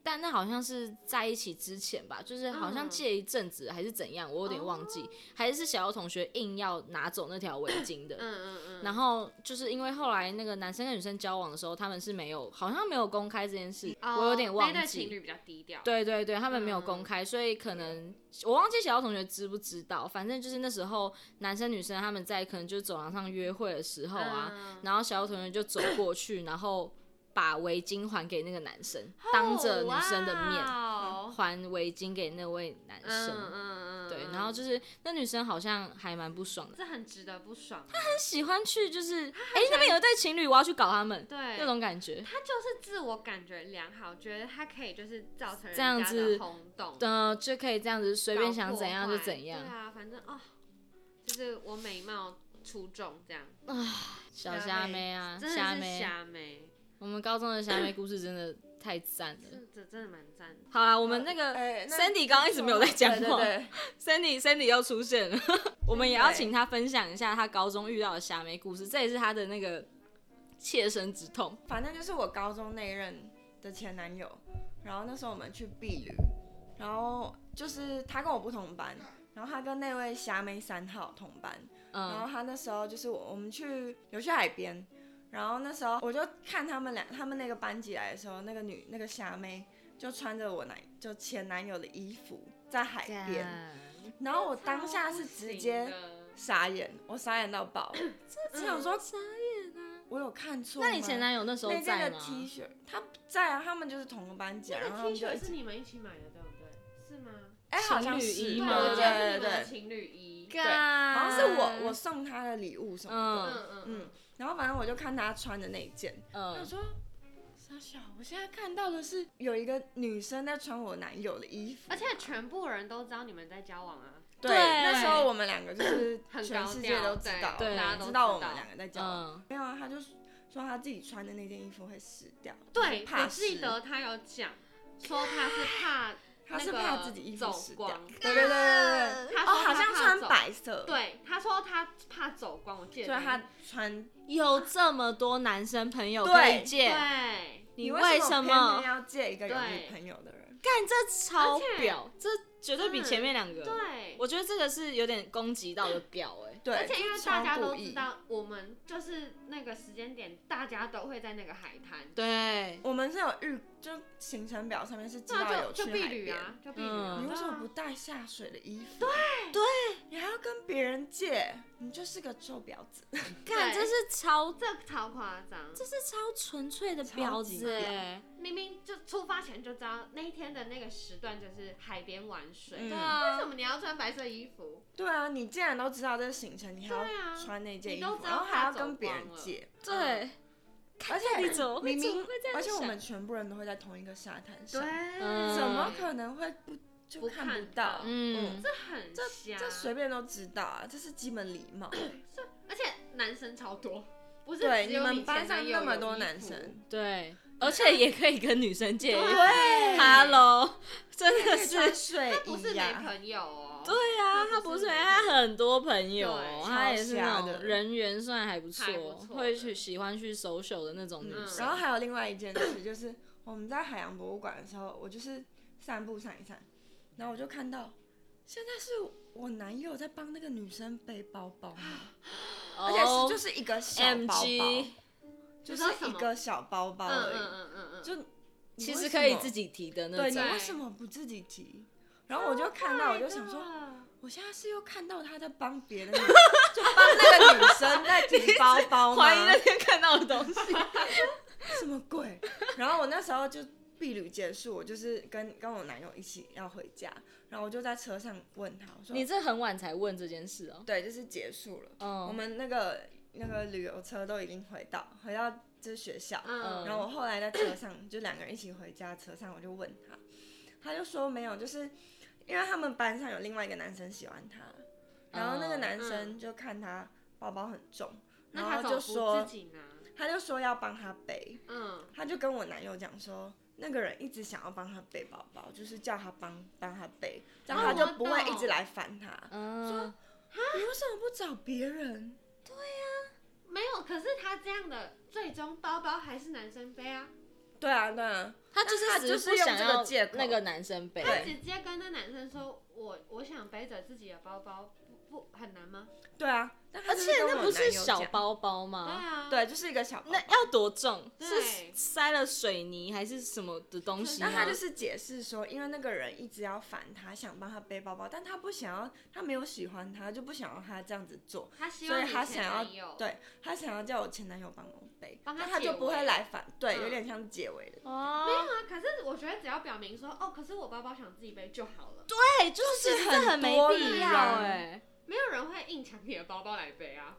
Speaker 3: 但那好像是在一起之前吧，就是好像
Speaker 2: 嗯哦
Speaker 3: 借一阵子还是怎样，我有点忘记，还是小欧同学硬要拿走那条围巾的。
Speaker 2: 嗯嗯嗯，
Speaker 3: 然后就是因为后来那个男生跟女生交往的时候，他们是没有，好像没有公开这件事，我有点
Speaker 2: 哦
Speaker 3: 忘
Speaker 2: 那一对
Speaker 3: 记
Speaker 2: 情。侣比较低调，
Speaker 3: 对对对，他们没有公
Speaker 2: 嗯
Speaker 3: 开，所以可能我忘记小姚同学知不知道，反正就是那时候男生女生他们在可能就是走廊上约会的时候啊，
Speaker 2: 嗯，
Speaker 3: 然后小姚同学就走过去，然后把围巾还给那个男生，
Speaker 2: 哦
Speaker 3: 当着女生的面
Speaker 2: 面，
Speaker 3: 还围巾给那位男
Speaker 2: 嗯嗯
Speaker 3: 生。
Speaker 2: 哦嗯，
Speaker 3: 对，
Speaker 2: 嗯
Speaker 3: 然后就是那女生好像还蛮不爽的，
Speaker 2: 这很值得不爽啊，
Speaker 3: 很喜欢去就是，哎、那边有一对情侣，我要去搞他们，
Speaker 2: 对
Speaker 3: 那种感觉。
Speaker 2: 他就是自我感觉良好，觉得他可以就是造成人
Speaker 3: 这样
Speaker 2: 家
Speaker 3: 子
Speaker 2: 的轰动，
Speaker 3: 嗯、就可以这样子随便
Speaker 2: 搞
Speaker 3: 想
Speaker 2: 破
Speaker 3: 怎样就
Speaker 2: 坏
Speaker 3: 怎样
Speaker 2: 对。啊，反正哦，就是我美貌出众这样，
Speaker 3: 小
Speaker 2: 虾
Speaker 3: 虾
Speaker 2: 妹
Speaker 3: 妹啊，
Speaker 2: 真的
Speaker 3: 虾
Speaker 2: 是
Speaker 3: 妹，
Speaker 2: 虾妹，
Speaker 3: 我们高中的虾妹故事真的太赞了。
Speaker 2: 这这真的蛮赞的。
Speaker 3: 好啦，我们那个
Speaker 1: 哎那
Speaker 3: Sandy 刚刚一直没有在讲
Speaker 1: 对对
Speaker 3: 话
Speaker 1: 对，
Speaker 3: Sandy Sandy 又出现了， 我们也要请她分享一下她高中遇到的虾妹故事，这也是她的那个切身之痛。
Speaker 1: 反正就是我高中那一任的前男友，然后那时候我们去避旅，然后就是他跟我不同班，然后他跟那位虾妹三号同班，然
Speaker 3: 嗯
Speaker 1: 后他那时候就是我我们去有去海边，然后那时候我就看他们俩他们那个班级来的时候，那个女那个虾妹就穿着我男就前男友的衣服在海
Speaker 3: 啊
Speaker 1: 边，然后我当下是直接傻眼，我傻眼到爆，这只有说傻眼啊，我有看错吗？
Speaker 3: 那你前男友那时候
Speaker 1: 那件
Speaker 3: 在
Speaker 1: 的
Speaker 3: 吗？
Speaker 1: T 恤，他不在啊，他们就是同个班级啊，
Speaker 2: 那
Speaker 1: 然后他
Speaker 2: 个
Speaker 1: 们
Speaker 2: T
Speaker 1: 就一
Speaker 2: 恤
Speaker 1: 起
Speaker 2: 是你们一起买的，对不对？是吗？
Speaker 1: 哎、好像
Speaker 3: 情侣
Speaker 1: 是
Speaker 3: 衣
Speaker 1: 对
Speaker 3: 吗
Speaker 1: 对
Speaker 2: 我记得是
Speaker 1: 对
Speaker 2: 你们的
Speaker 1: 对对，
Speaker 2: 情侣衣。
Speaker 3: 对，
Speaker 1: 好
Speaker 3: 好
Speaker 1: 像是我我送他的礼物什么的，
Speaker 2: 嗯
Speaker 3: 啊嗯
Speaker 2: 嗯
Speaker 1: 嗯，然后反正我就看他穿的那一件，我想
Speaker 3: 嗯，
Speaker 1: 说。傻小，我现在看到的是有一个女生在穿我男友的衣服，
Speaker 2: 而且全部人都知道你们在交往啊，
Speaker 1: 对
Speaker 3: 对
Speaker 1: 那时候我们两个就是
Speaker 2: 很
Speaker 1: 全
Speaker 2: 高
Speaker 1: 世界
Speaker 2: 调
Speaker 1: 都知
Speaker 2: 对
Speaker 1: 道，
Speaker 3: 对
Speaker 2: 大家都
Speaker 1: 知
Speaker 2: 知
Speaker 1: 道我
Speaker 2: 道
Speaker 1: 们两个在交往。
Speaker 3: 嗯
Speaker 1: 没有啊，他就说他自己穿的那件衣服会湿掉，
Speaker 2: 对，
Speaker 1: 怕
Speaker 2: 我记
Speaker 1: 湿
Speaker 2: 得他有讲，说他是怕
Speaker 1: 他是
Speaker 2: 那个
Speaker 1: 怕自己衣服
Speaker 2: 走
Speaker 1: 湿掉。
Speaker 2: 光，
Speaker 1: 对对对对对对，
Speaker 2: 他
Speaker 1: 哦，
Speaker 2: 说
Speaker 1: 好
Speaker 2: 他
Speaker 1: 像
Speaker 2: 怕
Speaker 1: 穿
Speaker 2: 走
Speaker 1: 白色，，
Speaker 2: 对，他说他怕走光，我记得
Speaker 1: 所以
Speaker 2: 这
Speaker 1: 他
Speaker 2: 件
Speaker 1: 穿。
Speaker 3: 有这么多男生朋友
Speaker 1: 对
Speaker 3: 可以借，
Speaker 2: 对，
Speaker 3: 你
Speaker 1: 为
Speaker 3: 什
Speaker 1: 偏
Speaker 3: 么
Speaker 1: 偏要借一个有女
Speaker 2: 对
Speaker 1: 朋友的人？
Speaker 3: 干这超
Speaker 2: 而且
Speaker 3: 表，这绝对比前
Speaker 1: 嗯
Speaker 3: 面两个。
Speaker 2: 对，
Speaker 3: 我觉得这个是有点攻击到的表哎、
Speaker 1: 对，
Speaker 2: 而且因为
Speaker 1: 就
Speaker 2: 大
Speaker 1: 超
Speaker 2: 家
Speaker 1: 故
Speaker 2: 都
Speaker 1: 意
Speaker 2: 知，道，我们就是那个时间点，大家都会在那个海滩，
Speaker 3: 对，
Speaker 1: 我们是有预，就行程表上面是知道
Speaker 2: 那
Speaker 1: 有
Speaker 2: 就就
Speaker 1: 去
Speaker 2: 避
Speaker 1: 海
Speaker 2: 旅
Speaker 1: 边。
Speaker 2: 啊，就避旅啊。
Speaker 1: 你
Speaker 3: 嗯
Speaker 1: 为什么不
Speaker 2: 对啊
Speaker 1: 带下水的衣服？对对，你还要跟别人借，你就是个臭婊子。
Speaker 2: 对
Speaker 3: 看这是超
Speaker 2: 这个超夸张，
Speaker 3: 这是超纯粹的婊
Speaker 1: 超级
Speaker 3: 子哎、
Speaker 2: 明明就出发前就知道那一天的那个时段就是海边玩水，
Speaker 1: 嗯对
Speaker 2: 为什
Speaker 3: 啊，
Speaker 2: 么你要穿白色衣服？
Speaker 1: 对啊，你既然都知道这个行程，你还
Speaker 2: 对
Speaker 1: 要
Speaker 2: 啊
Speaker 1: 穿那件
Speaker 2: 你
Speaker 1: 衣
Speaker 2: 都
Speaker 1: 服，
Speaker 2: 知
Speaker 1: 然
Speaker 2: 道
Speaker 1: 后
Speaker 2: 怕
Speaker 1: 还要
Speaker 2: 走
Speaker 1: 跟别人
Speaker 2: 光了
Speaker 1: 借，
Speaker 3: 对，
Speaker 1: 而
Speaker 3: 你
Speaker 1: 且
Speaker 3: 怎么会
Speaker 1: 明
Speaker 3: 怎么
Speaker 1: 明
Speaker 3: 会这，样
Speaker 1: 而且我
Speaker 3: 想
Speaker 1: 们全部人都会在同一个沙滩
Speaker 2: 对
Speaker 1: 上，，
Speaker 2: 啊
Speaker 3: 嗯
Speaker 1: 怎么可能会不就
Speaker 2: 不
Speaker 1: 看
Speaker 2: 看
Speaker 1: 不到
Speaker 2: 到？
Speaker 3: 嗯，
Speaker 2: 这很瞎，
Speaker 1: 这随便都知道啊，这是基本礼貌。
Speaker 2: 而且男生超多，不是
Speaker 1: 对，
Speaker 2: 只
Speaker 1: 你
Speaker 2: 有
Speaker 1: 们
Speaker 2: 前
Speaker 1: 班
Speaker 2: 男
Speaker 1: 上
Speaker 2: 友
Speaker 1: 那么
Speaker 2: 有
Speaker 1: 多
Speaker 2: 衣
Speaker 1: 男
Speaker 2: 服
Speaker 1: 生，
Speaker 3: 对，而且也可以跟女生借衣服
Speaker 1: 对
Speaker 3: ，Hello，真 的
Speaker 1: 可以穿
Speaker 3: 是，
Speaker 1: 睡
Speaker 2: 不是
Speaker 1: 衣
Speaker 2: 没
Speaker 1: 呀、
Speaker 2: 朋友哦，
Speaker 3: 对
Speaker 2: 他
Speaker 3: 啊，他
Speaker 2: 不
Speaker 3: 不
Speaker 2: 是
Speaker 3: 是他很多朋友哦
Speaker 2: 对，
Speaker 3: 他也是那
Speaker 1: 超瞎的
Speaker 3: 种人缘算还
Speaker 2: 还
Speaker 3: 不
Speaker 2: 不
Speaker 3: 错，
Speaker 2: 错的
Speaker 3: 会去喜欢去 social 的那种女
Speaker 1: 嗯
Speaker 3: 生，
Speaker 1: 然后还有另外一件事，就是我们在海洋博物馆的时候，我就是散步散一散，然后我就看到现在是我男友在帮那个女生背包包吗，嗯
Speaker 3: 哦
Speaker 1: 而且
Speaker 2: 哦
Speaker 1: 是就是是一个小包
Speaker 3: MG
Speaker 1: 包，。就是一个小包包
Speaker 2: 嗯
Speaker 1: 而已。
Speaker 2: 嗯嗯嗯嗯，
Speaker 1: 就你
Speaker 3: 其
Speaker 1: 为什
Speaker 3: 实可以
Speaker 1: 么
Speaker 3: 自己提的那
Speaker 1: 对，你啊
Speaker 3: 种，
Speaker 1: 为什么不自己提？然后我
Speaker 3: 哦
Speaker 1: 就看到，我就想说，
Speaker 2: 啊
Speaker 1: 我现在是又看到他在帮别的女，就帮那个女 生在提包包吗？
Speaker 3: 怀疑那天看到 的东西。
Speaker 1: 什么鬼？然后我那时候就避旅结束，我就是跟跟我男友一起要回家，然后我就在车上问他，我说
Speaker 3: 你这很晚才问这件事哦。
Speaker 1: 对，就是结束了，我
Speaker 3: 嗯，
Speaker 1: 们那个那个旅游车都已经回到回到就是学校，
Speaker 2: 嗯
Speaker 1: 然后我后来在车上就两个人一起回家，车上我就问他，他就说没有，就是因为他们班上有另外一个男生喜欢他，然后那个
Speaker 3: 哦
Speaker 1: 男生就看他包包很重，
Speaker 2: 嗯那
Speaker 1: 然
Speaker 2: 他
Speaker 1: 后
Speaker 2: 怎么
Speaker 1: 就
Speaker 2: 不
Speaker 1: 说
Speaker 2: 自己拿？
Speaker 1: 他就说要帮他背，
Speaker 2: 嗯，
Speaker 1: 他就跟我男友讲说，那个人一直想要帮他背包包，就是叫他帮帮他背，这样
Speaker 2: 哦
Speaker 1: 他就
Speaker 2: 我
Speaker 1: 不会
Speaker 2: 懂
Speaker 1: 一直来烦他。
Speaker 3: 嗯，
Speaker 1: 你为什么不找别人？
Speaker 2: 没有，可是他这样的最终包包还是男生背啊，
Speaker 1: 对啊，对啊，
Speaker 3: 他就是
Speaker 1: 他
Speaker 3: 只
Speaker 1: 就是是
Speaker 3: 不
Speaker 1: 用
Speaker 3: 想
Speaker 1: 这个
Speaker 3: 要
Speaker 1: 借口
Speaker 3: 那个男生背。
Speaker 1: 对
Speaker 2: 直接跟那男生说，我我想背着自己的包包，不不很难吗？
Speaker 1: 对啊。但他
Speaker 3: 而
Speaker 1: 就
Speaker 3: 且
Speaker 1: 跟
Speaker 3: 那
Speaker 1: 我男
Speaker 3: 不是
Speaker 1: 友
Speaker 3: 小
Speaker 1: 讲，
Speaker 3: 包包
Speaker 2: 对
Speaker 3: 吗？
Speaker 2: 啊，，
Speaker 1: 嗯对，就是一个小包包。
Speaker 3: 那要多重？是
Speaker 2: 对
Speaker 3: 塞了水泥还是什么的东西
Speaker 1: 那
Speaker 3: 吗？
Speaker 1: 他就是解释说，因为那个人一直要烦他，想帮他背包包，但他不想要，他没有喜欢他，就不想让他这样子做，
Speaker 2: 他希
Speaker 1: 所
Speaker 2: 望
Speaker 1: 以
Speaker 2: 你
Speaker 1: 他
Speaker 2: 前
Speaker 1: 想要
Speaker 2: 男友
Speaker 1: 对他想要叫我前男友帮我背，
Speaker 2: 帮他
Speaker 1: 那他
Speaker 2: 解
Speaker 1: 就不会
Speaker 2: 围
Speaker 1: 来烦，对，有
Speaker 2: 嗯
Speaker 1: 点像解围的，
Speaker 2: 没有啊，
Speaker 3: 哦，
Speaker 2: 可是我觉得只要表明说，哦，可是我包包想自己背就好了，
Speaker 3: 对，就是其实这很没
Speaker 1: 多
Speaker 3: 必
Speaker 1: 人
Speaker 3: 要哎、
Speaker 2: 没有人会硬抢你的包包来背啊。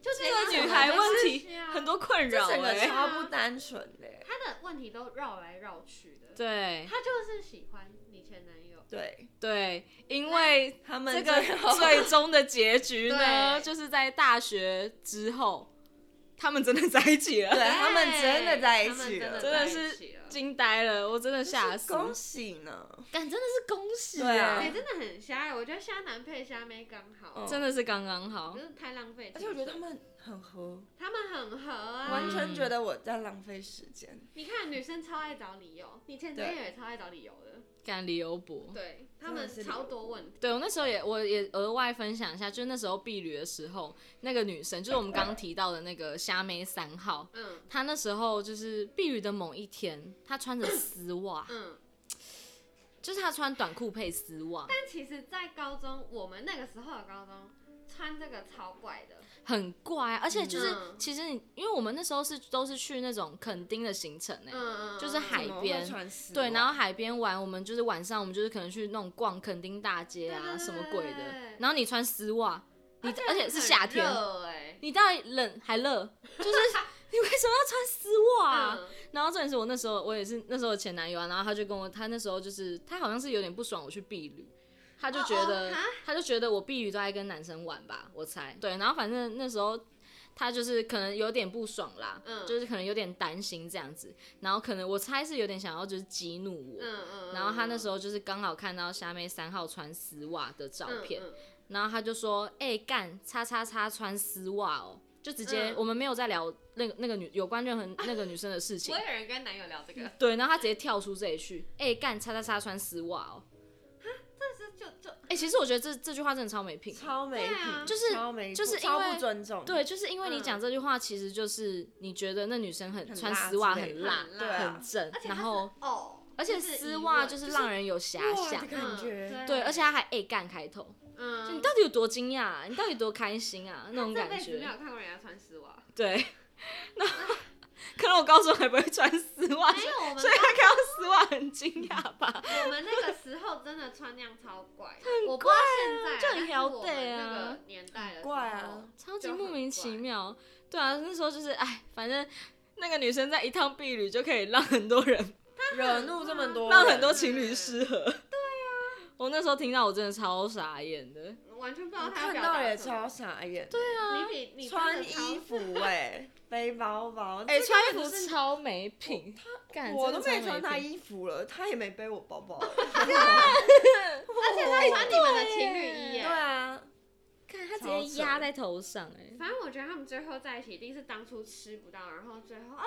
Speaker 3: 就
Speaker 2: 没
Speaker 3: 这个
Speaker 2: 有
Speaker 3: 女
Speaker 2: 人
Speaker 3: 孩
Speaker 2: 会
Speaker 3: 问
Speaker 2: 试
Speaker 3: 题
Speaker 2: 试啊
Speaker 3: 很多困
Speaker 1: 这
Speaker 3: 扰
Speaker 1: 整
Speaker 3: 哎、
Speaker 1: 个
Speaker 2: 欸
Speaker 1: 超不单纯的欸，
Speaker 2: 他的问题都绕来绕去的，
Speaker 3: 对
Speaker 2: 他就是喜欢你前男友，
Speaker 1: 对
Speaker 3: 对，因为
Speaker 1: 他们
Speaker 3: 这个
Speaker 1: 最后
Speaker 3: 最终的结局呢，
Speaker 2: 对
Speaker 3: 就是在大学之后，他们真的在一起了，
Speaker 1: 对他们真的在一
Speaker 2: 他们
Speaker 1: 起
Speaker 2: 真的
Speaker 1: 了，
Speaker 3: 真
Speaker 2: 在
Speaker 3: 的
Speaker 2: 一
Speaker 3: 是
Speaker 2: 起了
Speaker 3: 惊呆了，我真的吓
Speaker 1: 是
Speaker 3: 死，
Speaker 1: 恭喜呢，
Speaker 3: 感真的是恭喜
Speaker 1: 对啊
Speaker 3: 哎
Speaker 2: 哎、真的很瞎哎、我觉得虾男配虾妹刚好，
Speaker 1: 嗯
Speaker 3: 真的是刚刚好
Speaker 2: 真，的太浪费。
Speaker 1: 而且我觉得他们很合，
Speaker 2: 他们很合啊，
Speaker 1: 完全觉
Speaker 3: 嗯
Speaker 1: 得我在浪费时间，
Speaker 2: 你看女生超爱找理由，你前男友也超爱找理由的，
Speaker 3: 干李优博。
Speaker 2: 对他
Speaker 1: 真的
Speaker 2: 们
Speaker 1: 是理由
Speaker 2: 超多问题。
Speaker 3: 对我那时候也，我也额外分享一下，就是那时候避旅的时候，那个女生就是我们刚刚提到的那个虾妹三号，
Speaker 2: 嗯，
Speaker 3: 她那时候就是避旅的某一天，她穿着丝袜
Speaker 2: 嗯，
Speaker 3: 就是她穿短裤配丝袜，
Speaker 2: 但其实，在高中，我们那个时候的高中穿这个超怪的，
Speaker 3: 很怪啊、而且就是、
Speaker 2: 嗯
Speaker 3: 其实你，因为我们那时候是都是去那种垦丁的行程呢、
Speaker 2: 嗯嗯，嗯
Speaker 3: 就是海
Speaker 1: 怎么会
Speaker 3: 边
Speaker 1: 穿丝
Speaker 3: 对，
Speaker 1: 袜
Speaker 3: 然后海边玩，我们就是晚上，我们就是可能去那种逛垦丁大街啊，
Speaker 2: 对对对
Speaker 3: 什么鬼
Speaker 2: 对对
Speaker 3: 的
Speaker 2: 对。
Speaker 3: 然后你穿丝袜，你而且是夏天，
Speaker 2: 哎、
Speaker 3: 你到底冷 还热？就是你为什么要穿丝袜啊、
Speaker 2: 嗯
Speaker 3: 然后重点是我那时候我也是那时候的前男友啊，然后他就跟我，他那时候就是他好像是有点不爽我去避旅，他就觉
Speaker 2: 哦
Speaker 3: 得、
Speaker 2: 哦哈
Speaker 3: 他就觉得我避旅都爱跟男生玩吧，我猜对。然后反正那时候他就是可能有点不爽啦，
Speaker 2: 嗯
Speaker 3: 就是可能有点担心这样子，然后可能我猜是有点想要就是激怒我。
Speaker 2: 嗯嗯，
Speaker 3: 然后他那时候就是刚好看到虾妹三号穿丝袜的照片，
Speaker 2: 嗯嗯
Speaker 3: 然后他就说：“哎、干，叉叉叉穿丝袜哦。”就直接、
Speaker 2: 嗯
Speaker 3: 我们没有在聊那个那个女有关任何那个女生的事情
Speaker 2: 我，有人跟男友聊这个，
Speaker 3: 对，然后他直接跳出这一句，哎、干叉叉叉穿丝袜哦，
Speaker 2: 但是就就
Speaker 3: 哎、其实我觉得这这句话真的超没品，
Speaker 1: 超没
Speaker 2: 对啊
Speaker 1: 品，
Speaker 3: 就是
Speaker 1: 超没
Speaker 3: 就是
Speaker 1: 品
Speaker 3: 因
Speaker 1: 超
Speaker 3: 为
Speaker 1: 不尊重，
Speaker 3: 对，就是因为你
Speaker 2: 嗯
Speaker 3: 讲这句话，其实就是你觉得那女生很
Speaker 1: 很
Speaker 3: 穿
Speaker 1: 辣
Speaker 3: 丝袜
Speaker 1: 之类
Speaker 3: 很
Speaker 1: 的
Speaker 3: 辣，
Speaker 2: 很
Speaker 1: 对
Speaker 2: 辣
Speaker 1: 啊
Speaker 3: 很，正
Speaker 2: 而，且他
Speaker 3: 然
Speaker 2: 是
Speaker 3: 后
Speaker 2: 哦，
Speaker 3: 而且
Speaker 2: 就是
Speaker 3: 丝
Speaker 2: 疑
Speaker 3: 袜
Speaker 2: 问
Speaker 3: 就是让人有遐
Speaker 1: 哇
Speaker 3: 想
Speaker 1: 的。感觉
Speaker 2: 嗯
Speaker 3: 对，而且他还哎干开头，就
Speaker 2: 嗯，
Speaker 3: 你到底有多惊讶啊、你到底多开心啊？那种
Speaker 2: 这
Speaker 3: 感
Speaker 2: 辈子没
Speaker 3: 觉，
Speaker 2: 有看过人家穿丝袜，
Speaker 3: 对。那可能我高中还不会穿丝袜，
Speaker 2: 没
Speaker 3: 所以
Speaker 2: 有我们
Speaker 3: 啊所以他看到丝袜很惊讶吧？
Speaker 2: 我们那个时候真的穿那样超怪的，我不知道现在啊，
Speaker 3: 就
Speaker 2: 但
Speaker 3: 很
Speaker 2: 是我
Speaker 3: healthy
Speaker 2: 们
Speaker 3: 啊
Speaker 2: 那个年代的时候
Speaker 1: 怪啊，
Speaker 3: 超级
Speaker 2: 就
Speaker 3: 莫
Speaker 2: 很
Speaker 3: 名其
Speaker 2: 怪
Speaker 3: 妙。对啊，那时候就是哎，反正那个女生在一趟避旅就可以让很多人，
Speaker 1: 惹怒这么多人，
Speaker 3: 让很多情侣失和。对啊， 我那时候听到我真的超傻眼的。
Speaker 2: 完全不知道
Speaker 1: 我
Speaker 2: 他要
Speaker 1: 看
Speaker 2: 表
Speaker 1: 到
Speaker 2: 达
Speaker 1: 也
Speaker 2: 什么
Speaker 1: 超傻眼。对啊，
Speaker 2: 你比你
Speaker 1: 穿
Speaker 2: 真的超
Speaker 1: 衣服 哎，背包包，
Speaker 3: 哎、
Speaker 1: 这
Speaker 3: 穿
Speaker 1: 根
Speaker 3: 衣
Speaker 1: 本
Speaker 3: 服
Speaker 1: 就是
Speaker 3: 超没品，干
Speaker 1: 我
Speaker 3: 真
Speaker 1: 都
Speaker 3: 的超
Speaker 1: 没穿他
Speaker 3: 品
Speaker 1: 衣服了，他也没背我包 包。
Speaker 2: 而且他穿你们的情侣衣
Speaker 1: 对
Speaker 2: 耶。
Speaker 1: 啊，
Speaker 3: 干他直
Speaker 1: 超
Speaker 3: 接
Speaker 1: 扯
Speaker 3: 压在头上哎、
Speaker 2: 反正我觉得他们最后在一起，一定是当初吃不到，然后最后啊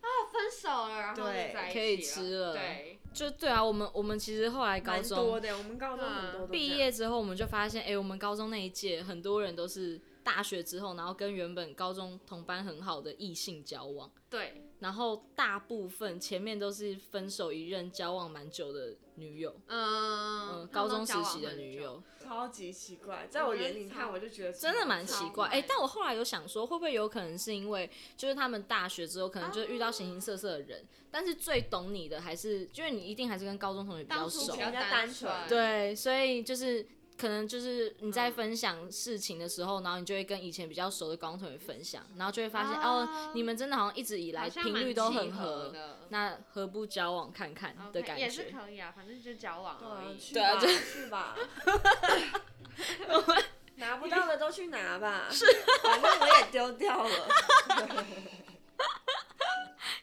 Speaker 2: 啊分手了，然后就
Speaker 1: 对
Speaker 2: 在一起了。
Speaker 3: 可以吃了
Speaker 2: 对，
Speaker 3: 就对啊，我们我们其实后来高
Speaker 1: 蛮多
Speaker 3: 中啊
Speaker 1: 的，我们高中很多都这样
Speaker 3: 毕业之后，我们就发现，哎、我们高中那一届很多人都是大学之后，然后跟原本高中同班很好的异性交往。
Speaker 2: 对，
Speaker 3: 然后大部分前面都是分手一任交往蛮久的女友，
Speaker 2: 嗯
Speaker 3: 嗯，，高中时期的女友，
Speaker 1: 超级奇怪，在我眼里看我就觉得
Speaker 3: 真的蛮奇怪。
Speaker 2: 超
Speaker 3: 哎、
Speaker 2: 怪
Speaker 3: 但我后来有想说，会不会有可能是因为就是他们大学之后，可能就遇到形形色色的人，但是最懂你的还是就是你一定还是跟高中同学比较
Speaker 2: 当初
Speaker 3: 熟
Speaker 2: 比，较
Speaker 1: 比较
Speaker 2: 单
Speaker 1: 单
Speaker 2: 纯，
Speaker 1: 纯
Speaker 3: 对，所以就是。可能就是你在
Speaker 2: 嗯
Speaker 3: 分享事情的时候，然后你就会跟以前比较熟的高中同学分享，然后就会发现、
Speaker 2: 哦
Speaker 3: 哦，你们真的好像一直以来
Speaker 2: 好像
Speaker 3: 频率都
Speaker 2: 蛮
Speaker 3: 很
Speaker 2: 契合
Speaker 3: 合，
Speaker 2: 的
Speaker 3: 那何不交往看看的
Speaker 2: OK，
Speaker 3: 感觉？
Speaker 2: 也是可以啊，反正就交往而已。
Speaker 1: 对啊，
Speaker 3: 对
Speaker 1: 去吧，去吧。拿不到的都去拿 吧，是，反正我也丢掉了。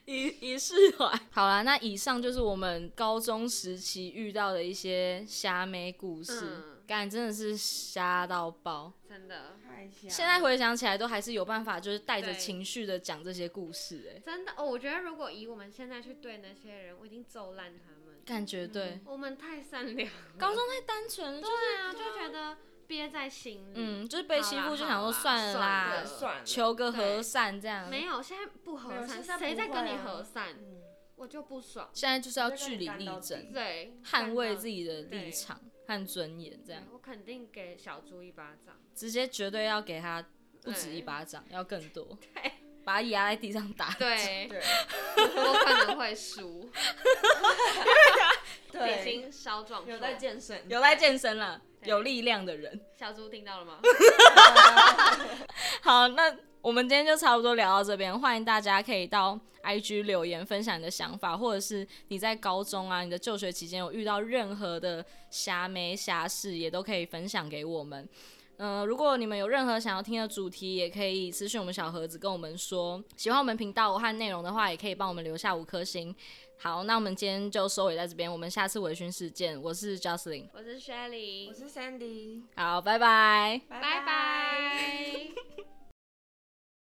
Speaker 3: 以以释怀。好啦，那以上就是我们高中时期遇到的一些虾妹故事。
Speaker 2: 嗯，
Speaker 3: 干真的是瞎到爆。
Speaker 2: 真的，
Speaker 1: 太吓人。
Speaker 3: 现在回想起来，都还是有办法，就是带着
Speaker 2: 对
Speaker 3: 情绪的讲这些故事、哎，
Speaker 2: 真的哦。我觉得如果以我们现在去对那些人，我已经揍烂他们。
Speaker 3: 感觉对，
Speaker 2: 我们太善良了，
Speaker 3: 高中太单纯了，就
Speaker 2: 对啊，就觉得憋在心里。
Speaker 3: 嗯，就是被欺
Speaker 2: 好
Speaker 3: 负
Speaker 2: 啦
Speaker 3: 就想说
Speaker 2: 好啦
Speaker 3: 算了啦，
Speaker 1: 对算了，
Speaker 3: 求个和
Speaker 2: 对
Speaker 3: 善这样。
Speaker 2: 没有，现在不和
Speaker 1: 没有
Speaker 2: 善，
Speaker 1: 现在
Speaker 2: 谁
Speaker 1: 不
Speaker 2: 在
Speaker 1: 会
Speaker 2: 跟你
Speaker 1: 啊
Speaker 2: 和善？
Speaker 1: 嗯
Speaker 2: 我就不爽。
Speaker 3: 现在就是要
Speaker 1: 我就跟
Speaker 3: 据
Speaker 1: 你
Speaker 3: 理
Speaker 1: 干
Speaker 3: 力
Speaker 1: 到
Speaker 3: 争，
Speaker 2: 对，
Speaker 3: 捍卫自
Speaker 2: 己
Speaker 3: 己的立
Speaker 2: 对
Speaker 3: 场和尊严，这样
Speaker 2: 我肯定给小猪一巴 掌。
Speaker 3: 直接绝对要给他不止一巴掌，要更 多，把他压在地上打。
Speaker 2: 对，
Speaker 1: 对
Speaker 2: 我可能会输，已
Speaker 1: 对，
Speaker 2: 经稍壮
Speaker 1: 有
Speaker 2: 硕。
Speaker 1: 在健身，
Speaker 3: 有在健身了，
Speaker 2: 对
Speaker 3: 有力量的人。
Speaker 2: 小猪听到 了吗？
Speaker 3: 好，那我们今天就差不多聊到这边，欢迎大家可以到 IG 留言分享你的想法，或者是你在高中啊、你的就学期间有遇到任何的瑕眉瑕事，也都可以分享给我们。嗯、如果你们有任何想要听的主题，也可以私信我们小盒子跟我们说。喜欢我们频道和内容的话，也可以帮我们留下五颗星。好，那我们今天就收尾在这边，我们下次微醺事件，我是 Jocelyn，
Speaker 2: 我是 Shelly，
Speaker 1: 我是 Sandy，
Speaker 3: 好，拜拜。
Speaker 1: 拜
Speaker 2: 拜拜。